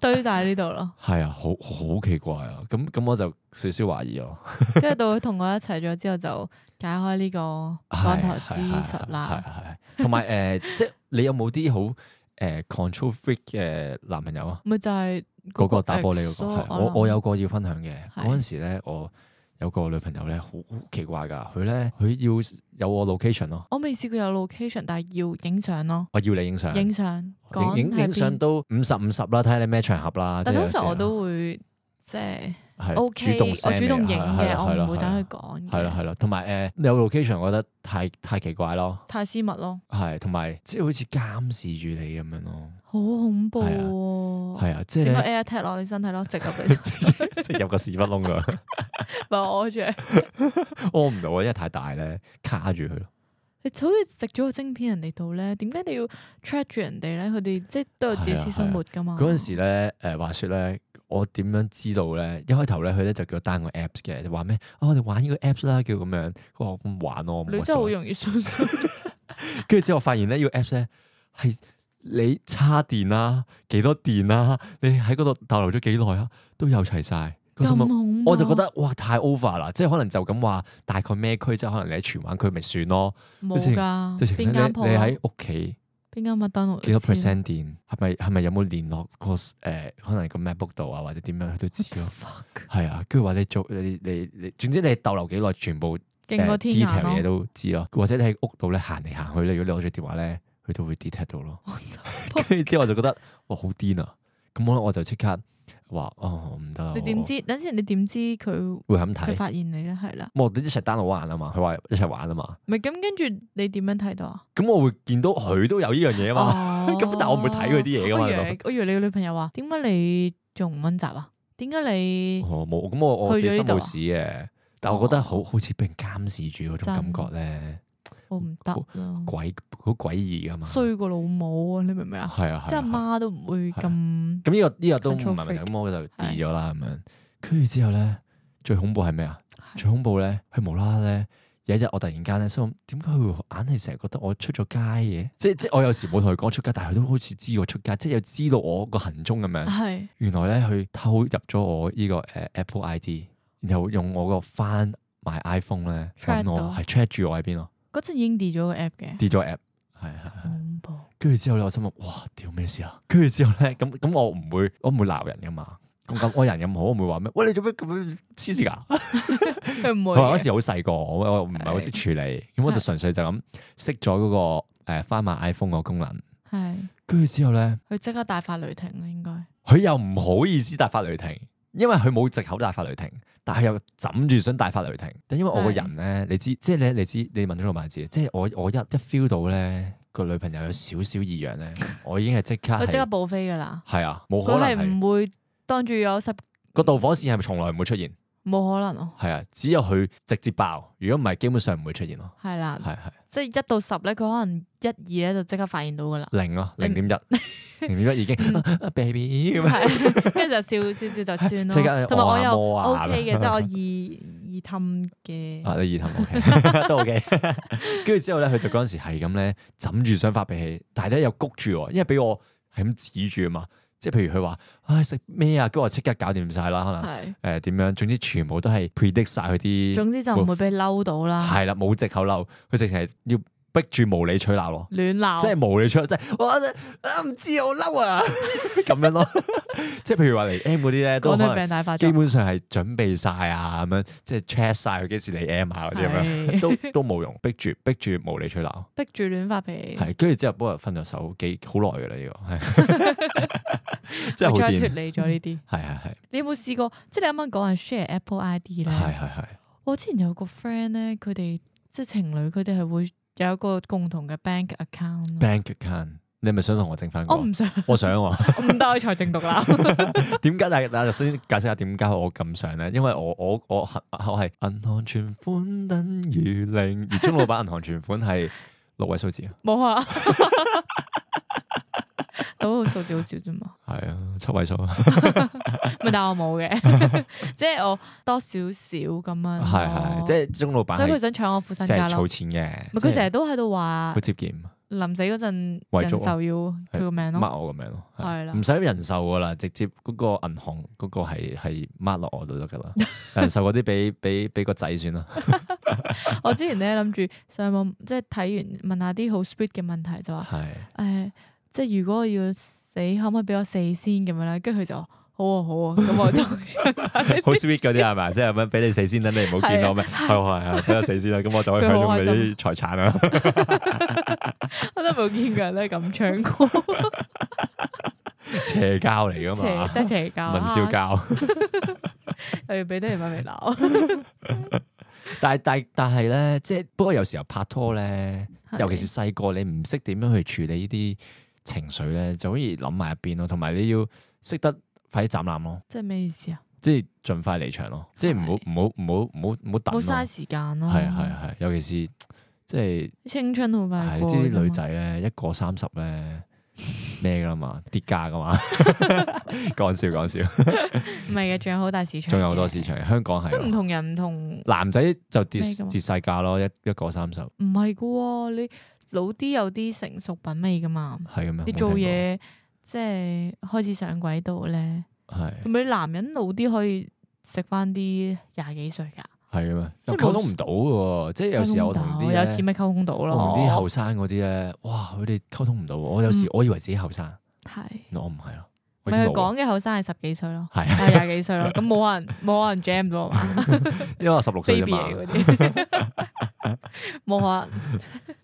[SPEAKER 2] 堆晒喺呢度咯。
[SPEAKER 1] 係啊，好好奇怪啊！咁咁我就少少懷疑咯。
[SPEAKER 2] 跟住到佢同我一齊咗之後，就解開呢個降頭之術
[SPEAKER 1] 係
[SPEAKER 2] 啦。
[SPEAKER 1] 係係係同埋誒，即係你有冇啲好誒 control freak 嘅男朋友啊？
[SPEAKER 2] 咪就係
[SPEAKER 1] 嗰個打玻璃嗰
[SPEAKER 2] ex
[SPEAKER 1] 個，
[SPEAKER 2] 咯
[SPEAKER 1] 係我我
[SPEAKER 2] 諗
[SPEAKER 1] 有個要分享嘅。
[SPEAKER 2] 係
[SPEAKER 1] 嗰陣時咧，我有個女朋友咧，好好奇怪㗎。佢咧，佢要有我 location 咯，
[SPEAKER 2] 我未試過有 location，但係要影相咯，
[SPEAKER 1] 我要你影相，
[SPEAKER 2] 影相
[SPEAKER 1] 影
[SPEAKER 2] 講
[SPEAKER 1] 影
[SPEAKER 2] 喺
[SPEAKER 1] 影相
[SPEAKER 2] 邊
[SPEAKER 1] 都五十五十啦，睇下你咩場合啦。
[SPEAKER 2] 但
[SPEAKER 1] 即係
[SPEAKER 2] 通
[SPEAKER 1] 有時啊
[SPEAKER 2] 常我
[SPEAKER 1] 候
[SPEAKER 2] 都會即係
[SPEAKER 1] 係
[SPEAKER 2] OK，
[SPEAKER 1] 動
[SPEAKER 2] 我
[SPEAKER 1] send
[SPEAKER 2] 主動
[SPEAKER 1] 你
[SPEAKER 2] 影
[SPEAKER 1] 係係
[SPEAKER 2] 嘅，
[SPEAKER 1] 啦
[SPEAKER 2] 我
[SPEAKER 1] 係啦
[SPEAKER 2] 唔會等
[SPEAKER 1] 係啦
[SPEAKER 2] 佢講
[SPEAKER 1] 係啦
[SPEAKER 2] 嘅，
[SPEAKER 1] 係啦，同埋誒有 location，我覺得太太奇怪咯，
[SPEAKER 2] 太私密咯，
[SPEAKER 1] 係同埋即係好似監視住你咁樣咯，
[SPEAKER 2] 好恐怖
[SPEAKER 1] 係啊
[SPEAKER 2] 喎！
[SPEAKER 1] 係啊，即係
[SPEAKER 2] 整個
[SPEAKER 1] 咧
[SPEAKER 2] air tag 落你身體咯，直入你
[SPEAKER 1] [laughs]
[SPEAKER 2] 身體，
[SPEAKER 1] 即係入個屎忽窿㗎，
[SPEAKER 2] 咪我住。
[SPEAKER 1] 屙唔到啊，因為太大咧，卡住佢咯。
[SPEAKER 2] 你好似食咗個晶片人哋度咧，點解你要 track 住人哋咧？佢哋即係都有自己私生活噶嘛。
[SPEAKER 1] 啊嗰陣時咧，誒話説咧，我點樣知道咧？一開頭咧，佢咧就叫我 down 個 apps 嘅，就話咩啊，我哋玩呢個 apps 啦，叫咁樣。佢話我咁玩咯，我冇
[SPEAKER 2] 你
[SPEAKER 1] 乜
[SPEAKER 2] 真係好
[SPEAKER 1] 所謂。
[SPEAKER 2] 容易相信。
[SPEAKER 1] 跟住之後我發現咧，呢個 apps 咧係你叉電啦、幾多電啦、你喺嗰度逗留咗幾耐啊，都有齊晒。個心
[SPEAKER 2] 咁啊
[SPEAKER 1] 諗
[SPEAKER 2] 恐怖，
[SPEAKER 1] 我就覺得哇太 over 啦，即係可能就咁話大概咩區，即係可能你喺荃灣區咪算咯，
[SPEAKER 2] 冇
[SPEAKER 1] 直情
[SPEAKER 2] 㗎，
[SPEAKER 1] 即係
[SPEAKER 2] 邊
[SPEAKER 1] 你
[SPEAKER 2] 間鋪
[SPEAKER 1] 你
[SPEAKER 2] 啊
[SPEAKER 1] 喺屋企
[SPEAKER 2] 邊間麥當勞
[SPEAKER 1] 幾多
[SPEAKER 2] 先啊
[SPEAKER 1] percent 電，係咪係咪有冇連落個誒、呃可能個 MacBook 度啊或者點樣佢都知
[SPEAKER 2] What
[SPEAKER 1] 咯
[SPEAKER 2] the，fuck？
[SPEAKER 1] 係啊，跟住話你做你你你，總之你逗留幾耐，全部
[SPEAKER 2] 勁過
[SPEAKER 1] 誒
[SPEAKER 2] 天眼
[SPEAKER 1] detail 嘢
[SPEAKER 2] 咯，
[SPEAKER 1] 都知咯，或者你喺屋度咧行嚟行去咧，如果你攞住電話咧，佢都會 detect 到
[SPEAKER 2] [laughs]
[SPEAKER 1] 咯。 [laughs] 跟住之後我就覺得哇好癲啊！咁我我就即刻話哦唔得啦，
[SPEAKER 2] 你點知？等陣先，你點知佢
[SPEAKER 1] 我會咁
[SPEAKER 2] 佢
[SPEAKER 1] 睇？
[SPEAKER 2] 發現你咧？係啦，
[SPEAKER 1] 我哋一齊 download 玩啊嘛，佢話一齊玩啊嘛，
[SPEAKER 2] 唔係咁跟住你點樣睇到啊？
[SPEAKER 1] 咁我會見到佢都有呢樣嘢啊嘛。
[SPEAKER 2] 哦
[SPEAKER 1] [laughs] 咁但我唔會睇佢啲嘢㗎嘛
[SPEAKER 2] 我以
[SPEAKER 1] 你明
[SPEAKER 2] 為我以為你個女朋友話：點解你仲唔温習啊？點解你
[SPEAKER 1] 哦冇，咁我我自
[SPEAKER 2] 去
[SPEAKER 1] 己
[SPEAKER 2] 咗呢
[SPEAKER 1] 心
[SPEAKER 2] 度啊
[SPEAKER 1] 冇事嘅，但我覺得
[SPEAKER 2] 哦
[SPEAKER 1] 好好似俾人監視住嗰種感覺咧，
[SPEAKER 2] 我唔得啦？
[SPEAKER 1] 鬼好詭異噶嘛。
[SPEAKER 2] 衰過老母啊！你明唔明啊？
[SPEAKER 1] 係啊，
[SPEAKER 2] 即係
[SPEAKER 1] 係啊
[SPEAKER 2] 阿媽都唔會
[SPEAKER 1] 係啊
[SPEAKER 2] 咁
[SPEAKER 1] 咁呢個呢個都唔
[SPEAKER 2] Control
[SPEAKER 1] 係問
[SPEAKER 2] freak
[SPEAKER 1] 題，咁我就 delete 咗啦咁樣。跟住之後咧，最恐怖係咩啊？最恐怖咧，佢無啦啦咧，有一日我突然間咧心諗，點解佢會硬係成日覺得我出咗街嘅？即即我有時冇同佢講出街，但係佢都好似知我出街，即係又知道我個行蹤咁樣。
[SPEAKER 2] 係
[SPEAKER 1] 原來咧，佢偷入咗我呢個誒 Apple ID，然後用我個翻買 iPhone 咧
[SPEAKER 2] Track
[SPEAKER 1] 揾我，
[SPEAKER 2] 到
[SPEAKER 1] 係 check 住我喺邊咯，
[SPEAKER 2] 嗰陣已經 delete 咗個 app 嘅，
[SPEAKER 1] 跌咗 app，係係係。
[SPEAKER 2] 恐怖
[SPEAKER 1] 跟住之後咧，我心諗哇，屌咩事啊？跟住之後咧，咁咁我唔會，我唔會鬧人噶嘛。咁咁我人咁好，我唔會話咩？喂，你做咩咁樣黐線噶？
[SPEAKER 2] 佢唔
[SPEAKER 1] [laughs] 我
[SPEAKER 2] 會
[SPEAKER 1] 嗰
[SPEAKER 2] 嘅。
[SPEAKER 1] 時好細個，我我唔係好識處理，咁我就純粹就咁熄咗嗰個誒翻買 iPhone 個功能。
[SPEAKER 2] 係
[SPEAKER 1] 跟住之後咧，
[SPEAKER 2] 佢即刻大發雷霆啦，應該
[SPEAKER 1] 佢又唔好意思大發雷霆，因為佢冇藉口大發雷霆，但係又枕住想大發雷霆。但因為我個人咧，你知，即係咧，你知，你問咗老萬字，即係我我一一 feel 到咧個女朋友有少少異樣咧， [laughs] 我已經係即刻
[SPEAKER 2] 佢即刻
[SPEAKER 1] 係
[SPEAKER 2] 報飛㗎啦。
[SPEAKER 1] 係啊，冇可
[SPEAKER 2] 佢
[SPEAKER 1] 能
[SPEAKER 2] 係
[SPEAKER 1] 係。
[SPEAKER 2] 唔會當住有十
[SPEAKER 1] 個導火線係咪從來唔會出現？
[SPEAKER 2] 冇可能咯，
[SPEAKER 1] 係啊，只有佢直接爆，如果唔係，基本上唔會出現咯。
[SPEAKER 2] 係啦，
[SPEAKER 1] 係係
[SPEAKER 2] 即係一到十咧，佢可能一二咧就即刻發現到㗎啦。
[SPEAKER 1] 零咯，零點一，零點一已經啊
[SPEAKER 2] [laughs]
[SPEAKER 1] baby 咁樣
[SPEAKER 2] 係，跟住就笑笑笑就算
[SPEAKER 1] 即刻
[SPEAKER 2] 咯。同埋我又
[SPEAKER 1] 我阿摩啊
[SPEAKER 2] O K 嘅，即係我易易氹嘅，
[SPEAKER 1] 啊，你二頭 OK 都 OK。跟住之後咧，佢就嗰陣時係咁咧，枕住想發脾氣，但係咧又谷住我，因為俾我係咁指住啊嘛。即係譬如佢話唉食咩啊，跟住我即刻搞掂晒啦，可能
[SPEAKER 2] 係。
[SPEAKER 1] 誒點樣，總之全部都係 predict 晒佢啲
[SPEAKER 2] 總之就唔會俾嬲到啦，
[SPEAKER 1] 係啦，冇藉口嬲，佢直情係要逼住無理取鬧咯。
[SPEAKER 2] 亂鬧，
[SPEAKER 1] 即係無理出，即係我啊唔知啊我嬲
[SPEAKER 2] [laughs]
[SPEAKER 1] 啊咁樣咯。即係譬如話嚟 M 嗰啲咧，都
[SPEAKER 2] 講
[SPEAKER 1] 可
[SPEAKER 2] 到
[SPEAKER 1] 能
[SPEAKER 2] 病大發
[SPEAKER 1] 基
[SPEAKER 2] 作。
[SPEAKER 1] 本上係準備晒啊，咁樣即係 check 晒佢幾時嚟 M 啊嗰啲咁樣，
[SPEAKER 2] 係
[SPEAKER 1] 都都冇用，逼住逼住無理取鬧。
[SPEAKER 2] 逼住亂發脾氣，
[SPEAKER 1] 係跟住之後，不過分咗手幾好耐㗎啦，呢
[SPEAKER 2] [laughs]
[SPEAKER 1] 個係真係
[SPEAKER 2] 佢
[SPEAKER 1] 好
[SPEAKER 2] 再
[SPEAKER 1] 癲。
[SPEAKER 2] 脫離咗呢啲。
[SPEAKER 1] 係係係
[SPEAKER 2] 你有冇試過？即係你啱啱講係 share Apple ID
[SPEAKER 1] 係
[SPEAKER 2] 咧。
[SPEAKER 1] 係係
[SPEAKER 2] 我之前有個 friend 咧，佢哋即係情侶，佢哋係會有一個共同嘅 bank account 咯。
[SPEAKER 1] bank account，你係咪想同我整翻個
[SPEAKER 2] 我？
[SPEAKER 1] [laughs]
[SPEAKER 2] 唔想，
[SPEAKER 1] 我想喎。
[SPEAKER 2] 我唔帶財政獨立。
[SPEAKER 1] 點解？但係但係首先解釋下點解我咁想咧，因為我我我我係銀行存款等於零，而中老闆銀行存款係六位數字啊，
[SPEAKER 2] 冇啊， [laughs] 攞個數字好少啫嘛。
[SPEAKER 1] 係啊，七位數啊， [laughs]
[SPEAKER 2] 咪但我冇嘅，即係我多少少咁樣咯。
[SPEAKER 1] 係係，即係中老闆
[SPEAKER 2] 哦所以佢
[SPEAKER 1] 係
[SPEAKER 2] 想搶我副身
[SPEAKER 1] 成日
[SPEAKER 2] 家咯
[SPEAKER 1] 儲。錢嘅，
[SPEAKER 2] 咪佢成
[SPEAKER 1] 日
[SPEAKER 2] 日都喺度話
[SPEAKER 1] 好，節儉，
[SPEAKER 2] 臨死嗰陣
[SPEAKER 1] 遺
[SPEAKER 2] 人
[SPEAKER 1] 囑啊
[SPEAKER 2] 壽要佢個名咯。
[SPEAKER 1] 掹我個名咯，
[SPEAKER 2] 係啦
[SPEAKER 1] 唔使人壽噶啦，直接嗰個銀行嗰個係係掹落我度得噶
[SPEAKER 2] [laughs]
[SPEAKER 1] 啦，人壽嗰啲俾俾俾個仔算啦，
[SPEAKER 2] 我之前咧諗住上網即係睇完問下啲好 sweet 嘅問題，就話 [laughs]
[SPEAKER 1] 係
[SPEAKER 2] 誒，即係如果我要死，可唔可以俾我死先咁樣啦？跟住佢就話好啊好啊，咁
[SPEAKER 1] [laughs]
[SPEAKER 2] 我就 [laughs]
[SPEAKER 1] 好 sweet 嗰啲係咪？即係咁樣俾你死先，等你唔好見到咩？係係係，俾我死先啦，咁我就可以
[SPEAKER 2] 佢
[SPEAKER 1] 享
[SPEAKER 2] 好
[SPEAKER 1] 用
[SPEAKER 2] 開
[SPEAKER 1] 你
[SPEAKER 2] 心
[SPEAKER 1] 啲財產啊啦。
[SPEAKER 2] 我都冇見過人咧咁唱歌，
[SPEAKER 1] 邪教嚟噶
[SPEAKER 2] 邪
[SPEAKER 1] 嘛，
[SPEAKER 2] 即係
[SPEAKER 1] [laughs]
[SPEAKER 2] 邪教，
[SPEAKER 1] 文少
[SPEAKER 2] 啊
[SPEAKER 1] 教。
[SPEAKER 2] 又要俾爹哋媽咪鬧。
[SPEAKER 1] 但係但但係咧，即係不過有時候拍拖咧，
[SPEAKER 2] [laughs] 係
[SPEAKER 1] 尤其是細個，你唔識點樣去處理呢啲情緒咧，就可以諗埋一邊咯。同埋你要識得快啲斬纜咯，
[SPEAKER 2] 即係咩意思啊？
[SPEAKER 1] 即係盡快離場咯，即係唔好唔好唔好唔好唔好等咯。
[SPEAKER 2] 冇嘥時間咯，
[SPEAKER 1] 係啊係係，尤其是即係
[SPEAKER 2] 青春好快
[SPEAKER 1] 係
[SPEAKER 2] 過
[SPEAKER 1] 你知
[SPEAKER 2] 㗎嘛
[SPEAKER 1] 啲女仔咧，一過三十咧咩噶啦嘛，跌價噶嘛， [laughs] 講笑講笑，
[SPEAKER 2] 唔係嘅，仲有好大市場，
[SPEAKER 1] 仲有好多市，場，香港係啊
[SPEAKER 2] 都唔
[SPEAKER 1] 咯
[SPEAKER 2] 同人唔同，
[SPEAKER 1] 男仔就跌
[SPEAKER 2] 咩㗎嘛
[SPEAKER 1] 跌晒價咯，一一過三十。
[SPEAKER 2] 唔係嘅喎，你老啲有啲成熟品味噶嘛。
[SPEAKER 1] 係咁樣。
[SPEAKER 2] 你
[SPEAKER 1] 冇
[SPEAKER 2] 做
[SPEAKER 1] 聽過
[SPEAKER 2] 嘢即係開始上軌道咧，
[SPEAKER 1] 係
[SPEAKER 2] 同埋男人老啲可以食翻啲廿幾歲㗎，
[SPEAKER 1] 係咁樣，
[SPEAKER 2] 即
[SPEAKER 1] 又
[SPEAKER 2] 係
[SPEAKER 1] 溝
[SPEAKER 2] 冇
[SPEAKER 1] 通唔到嘅喎，即係有時我同
[SPEAKER 2] 溝
[SPEAKER 1] 啲
[SPEAKER 2] 通唔到有時
[SPEAKER 1] 咧
[SPEAKER 2] 咪溝通到
[SPEAKER 1] 我同啲
[SPEAKER 2] 咯
[SPEAKER 1] 後，生嗰啲咧，哇！佢哋溝通唔到喎，我有時
[SPEAKER 2] 嗯
[SPEAKER 1] 我以為自己後生，
[SPEAKER 2] 係
[SPEAKER 1] 原來我唔係咯，我已
[SPEAKER 2] 咪
[SPEAKER 1] 經
[SPEAKER 2] 佢
[SPEAKER 1] 老啦
[SPEAKER 2] 講嘅後生係十幾歲咯，
[SPEAKER 1] 係
[SPEAKER 2] 係廿幾歲咯，咁冇人冇人
[SPEAKER 1] [laughs]
[SPEAKER 2] jam 到啊嘛
[SPEAKER 1] 因為我十六歲啫
[SPEAKER 2] ，baby
[SPEAKER 1] 嘛。
[SPEAKER 2] 嚟嗰啲， [laughs] 冇可能，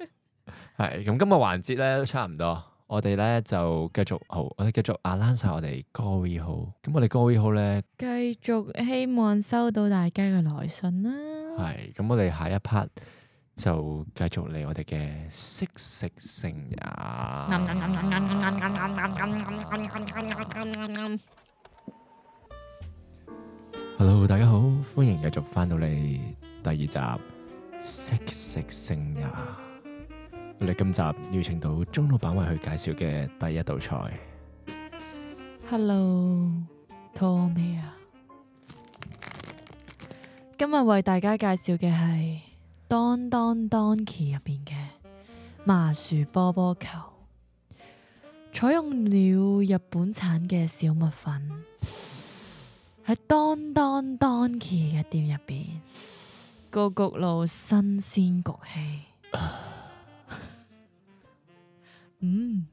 [SPEAKER 1] 係咁，今個環節咧都差唔多，我哋咧就繼續好，我哋繼續 a l a n 晒我哋歌會好。咁我哋歌會好咧
[SPEAKER 2] 繼續希望收到大家嘅來信啦，
[SPEAKER 1] 係咁，我哋下一 part 就繼續嚟我哋嘅識食成人。Hello，大家好，歡迎繼續翻到嚟第二集識食成人。啊我哋今集邀請到鍾老闆為佢介紹嘅第一道菜。
[SPEAKER 2] Hello，肚餓未啊？今日為大家介紹嘅係當當 Donkey 入邊嘅麻薯波波球，採用了日本產嘅小麥粉，喺當當 Donkey 嘅店入邊，個焗爐新鮮焗氣。 [laughs] 嗯。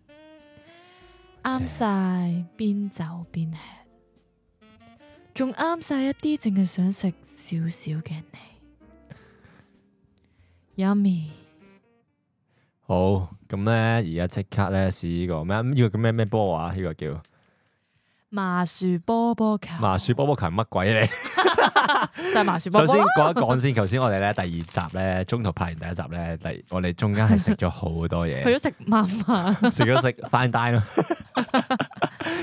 [SPEAKER 2] 啱晒，邊走邊吃，仲啱晒一啲淨係想食少少嘅你。Yummy，
[SPEAKER 1] 好，咁咧而家即刻咧試呢個咩？咁呢個叫咩咩波啊？呢個叫
[SPEAKER 2] 麻薯波波球，
[SPEAKER 1] 麻薯波波球係乜鬼嚟？
[SPEAKER 2] 就係麻薯波
[SPEAKER 1] 首
[SPEAKER 2] 波
[SPEAKER 1] 先。講一講先，頭先我哋咧第二集咧中途拍完第一集咧，第我哋中間係食咗好多嘢
[SPEAKER 2] [laughs] 去，咗食晚飯，
[SPEAKER 1] 食咗食 fine dine 咯，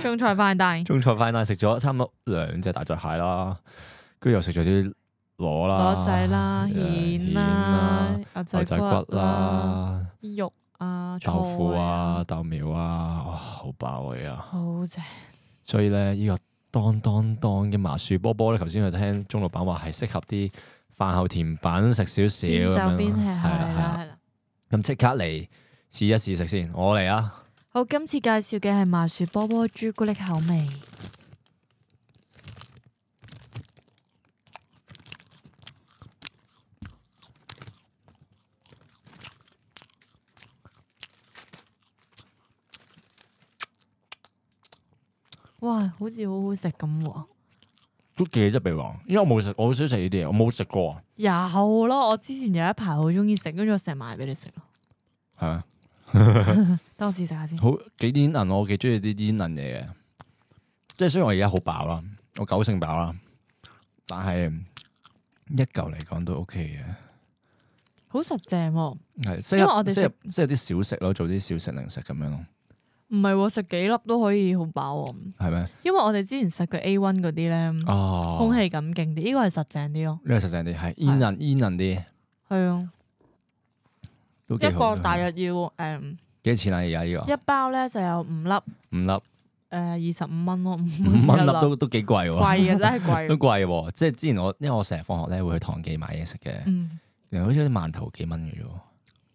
[SPEAKER 2] 中菜
[SPEAKER 1] [laughs]
[SPEAKER 2] 快帶，
[SPEAKER 1] 中菜 fine dine 食咗差唔多兩隻大隻蟹啦，跟住又食咗啲螺啦、
[SPEAKER 2] 螺仔啦、
[SPEAKER 1] 誒
[SPEAKER 2] 蜆
[SPEAKER 1] 蜆
[SPEAKER 2] 啦、
[SPEAKER 1] 牛
[SPEAKER 2] 牛
[SPEAKER 1] 仔
[SPEAKER 2] 仔
[SPEAKER 1] 骨
[SPEAKER 2] 骨啦、
[SPEAKER 1] 啦、
[SPEAKER 2] 肉啊、
[SPEAKER 1] 豆腐
[SPEAKER 2] 菜
[SPEAKER 1] 啊、，豆苗啊，哇，好飽啊！
[SPEAKER 2] 好正。
[SPEAKER 1] 所以咧，呢、個當當當嘅麻薯波波咧，頭先我聽鍾老闆話係適合啲飯後甜品食少少
[SPEAKER 2] 邊
[SPEAKER 1] 咁
[SPEAKER 2] 走
[SPEAKER 1] 樣，
[SPEAKER 2] 邊吃
[SPEAKER 1] 係啦
[SPEAKER 2] 係
[SPEAKER 1] 係
[SPEAKER 2] 啦
[SPEAKER 1] 啦。
[SPEAKER 2] 係啦。
[SPEAKER 1] 咁即刻嚟試一試食先，我嚟啊！
[SPEAKER 2] 好，今次介紹嘅係麻薯波波朱古力口味。哇，好似好好食咁喎！
[SPEAKER 1] 都幾得鼻王，因為我冇食，我好少食呢啲嘢，我冇食過，啊
[SPEAKER 2] 有咯，我之前有一排好中意食，跟住我成日買俾你食咯。
[SPEAKER 1] 係啊，
[SPEAKER 2] 等我試食下先。
[SPEAKER 1] 好幾煙韌，我幾中意啲煙韌嘢嘅，即係雖然我而家好飽啦，我九成飽啦，但係一嚿嚟講都 OK 嘅。
[SPEAKER 2] 好實正喎、
[SPEAKER 1] 係，即
[SPEAKER 2] 因為
[SPEAKER 1] 係
[SPEAKER 2] 我哋
[SPEAKER 1] 即
[SPEAKER 2] 食
[SPEAKER 1] 係即係啲小食咯，做啲小食零食咁樣咯，
[SPEAKER 2] 唔係喎，食幾粒都可以好飽喎、
[SPEAKER 1] 係咪？
[SPEAKER 2] 因為我哋之前食嘅 A one 嗰啲咧，
[SPEAKER 1] 哦，
[SPEAKER 2] 空氣感勁啲，呢個係實正啲咯。
[SPEAKER 1] 呢個實淨啲，係煙韌煙韌啲，
[SPEAKER 2] 係啊，
[SPEAKER 1] 都幾
[SPEAKER 2] 一
[SPEAKER 1] 好
[SPEAKER 2] 個大約要誒
[SPEAKER 1] 幾錢啊？而家呢個
[SPEAKER 2] 一包咧就有五粒誒
[SPEAKER 1] 五粒
[SPEAKER 2] 二十五
[SPEAKER 1] [laughs]
[SPEAKER 2] 蚊咯，
[SPEAKER 1] 五
[SPEAKER 2] 五
[SPEAKER 1] 蚊
[SPEAKER 2] 蚊
[SPEAKER 1] 粒
[SPEAKER 2] 一
[SPEAKER 1] 都都幾貴喎，
[SPEAKER 2] 貴嘅真係
[SPEAKER 1] 都
[SPEAKER 2] 貴。
[SPEAKER 1] 貴喎。即係之前我因為我成日放學咧會去唐記買嘢食嘅，
[SPEAKER 2] 嗯，
[SPEAKER 1] 然後好似啲饅頭幾蚊嘅啫喎，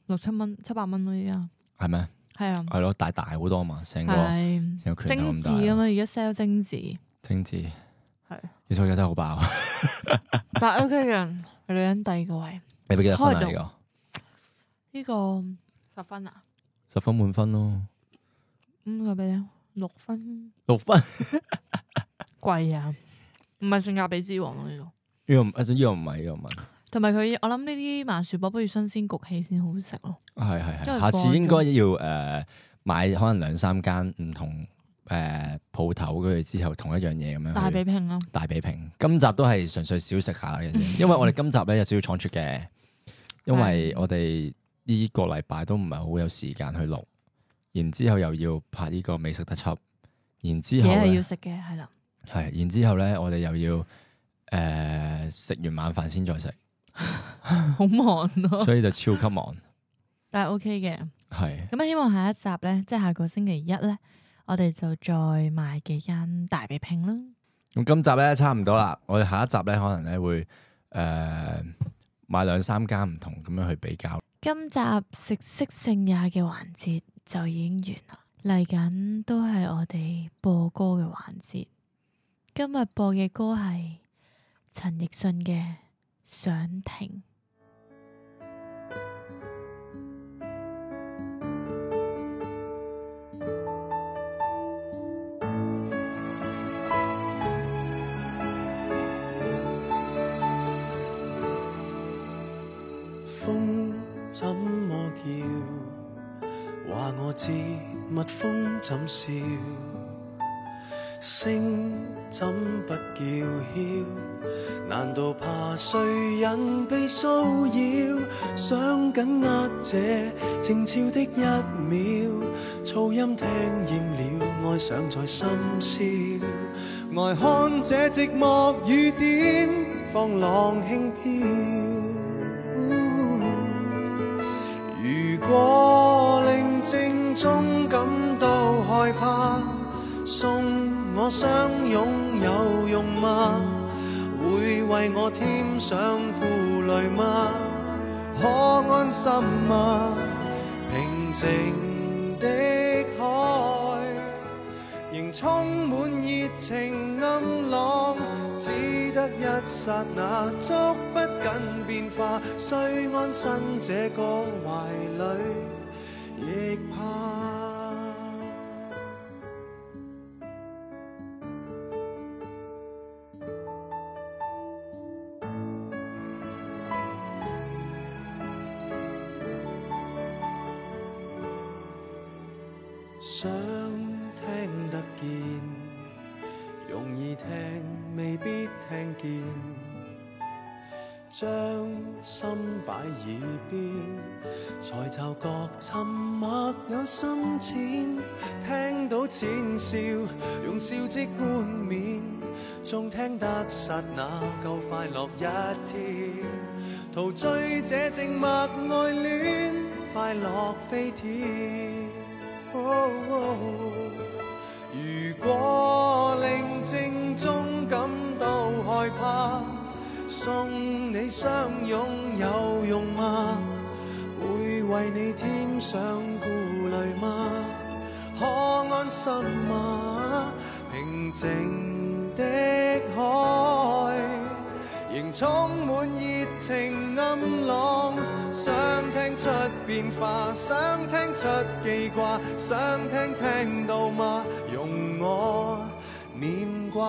[SPEAKER 2] 六七蚊、七八蚊咯，依家
[SPEAKER 1] 係咪？
[SPEAKER 2] 係啊，
[SPEAKER 1] 係咯，大大好多嘛，成個
[SPEAKER 2] 係
[SPEAKER 1] 成個拳頭
[SPEAKER 2] 精
[SPEAKER 1] 咁
[SPEAKER 2] 緻咁
[SPEAKER 1] 大啊
[SPEAKER 2] 嘛，，而家 sell 精緻，
[SPEAKER 1] 精緻。
[SPEAKER 2] 係
[SPEAKER 1] 其實我而家真係好飽，啊
[SPEAKER 2] 但 OK 嘅。女人第二個位
[SPEAKER 1] 你俾幾多分啊？
[SPEAKER 2] 開動
[SPEAKER 1] 呢個
[SPEAKER 2] 呢個十分啊，
[SPEAKER 1] 十分滿分咯，
[SPEAKER 2] 五個俾你六分，
[SPEAKER 1] 六分。
[SPEAKER 2] 貴啊，唔係性價比之王咯呢個。
[SPEAKER 1] 呢個唔啊呢個唔係呢個唔係。
[SPEAKER 2] 同埋佢，我諗呢啲麻薯波波要新鮮焗起先好食咯。
[SPEAKER 1] 係係係，
[SPEAKER 2] 因
[SPEAKER 1] 下
[SPEAKER 2] 為放
[SPEAKER 1] 次
[SPEAKER 2] 咗
[SPEAKER 1] 應該要誒、呃、買可能兩三間唔同誒鋪頭，跟住之後同一樣嘢咁樣去
[SPEAKER 2] 大比拼咯，
[SPEAKER 1] 大比拼。今集都係純粹小食下嘅
[SPEAKER 2] [laughs]
[SPEAKER 1] 啫，因為我哋今集咧有少少倉促嘅，因為我哋呢個禮拜都唔係好有時間去錄，然之後又要拍呢個美食特輯，然之後
[SPEAKER 2] 嘢係
[SPEAKER 1] 咧
[SPEAKER 2] 要食嘅，係啦，
[SPEAKER 1] 係，然之後咧我哋又要誒食、完晚飯先再
[SPEAKER 2] [laughs]
[SPEAKER 1] 食，
[SPEAKER 2] [laughs] 好忙啊咯，
[SPEAKER 1] 所以就超級忙，
[SPEAKER 2] [laughs] 但係 OK 嘅。
[SPEAKER 1] 係。
[SPEAKER 2] 咁希望下一集咧，即係下個星期一咧，我哋就再買幾間大比拼啦。
[SPEAKER 1] 咁今集咧差唔多啦，我哋下一集咧可能咧會誒、呃、買兩三間唔同咁樣去比較。
[SPEAKER 2] 今集食色性也嘅環節就已經完啦，嚟緊都係我哋播歌嘅環節。今日播嘅歌係陳奕迅嘅《想停》。
[SPEAKER 3] 風怎麼叫？話我知蜜蜂怎笑？聲怎不叫囂？難道怕誰人被騷擾？想緊握這靜悄的一秒，噪音聽厭了，愛想在深宵，呆看這寂寞雨點放浪輕飄。如果寧靜中感到害怕，送我相擁有用嗎？會為我添上顧慮嗎？可安心嗎？平靜的海，仍充滿熱情暗朗，只得一剎那，捉不緊變化，雖安身這個懷裏，亦怕。想聽得見，容易聽未必聽見，將心擺耳邊，才察覺沉默有深淺，聽到淺笑，用笑即冠冕，仲聽得剎那夠快樂一天，陶醉這靜默愛戀，快樂飛天。哦如果寧靜中感到害怕，送你相擁有用嗎？會為你添上顧慮嗎？可安心嗎？平靜的海。仍充滿熱情暗朗，想聽出變化，想聽出記掛，想聽聽到嗎？容我念掛。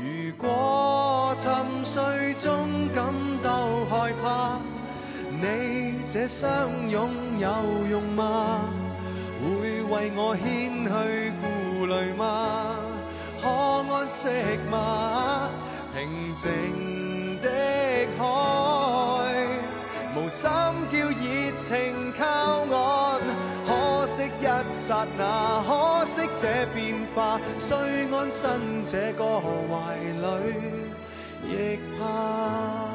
[SPEAKER 3] 如果沉睡中感到害怕，你這相擁有用嗎？會為我牽去顧慮嗎？可安息嗎？平靜的海，無心叫熱情靠岸。可惜一剎那，可惜這變化，雖安身這個懷裏，亦怕。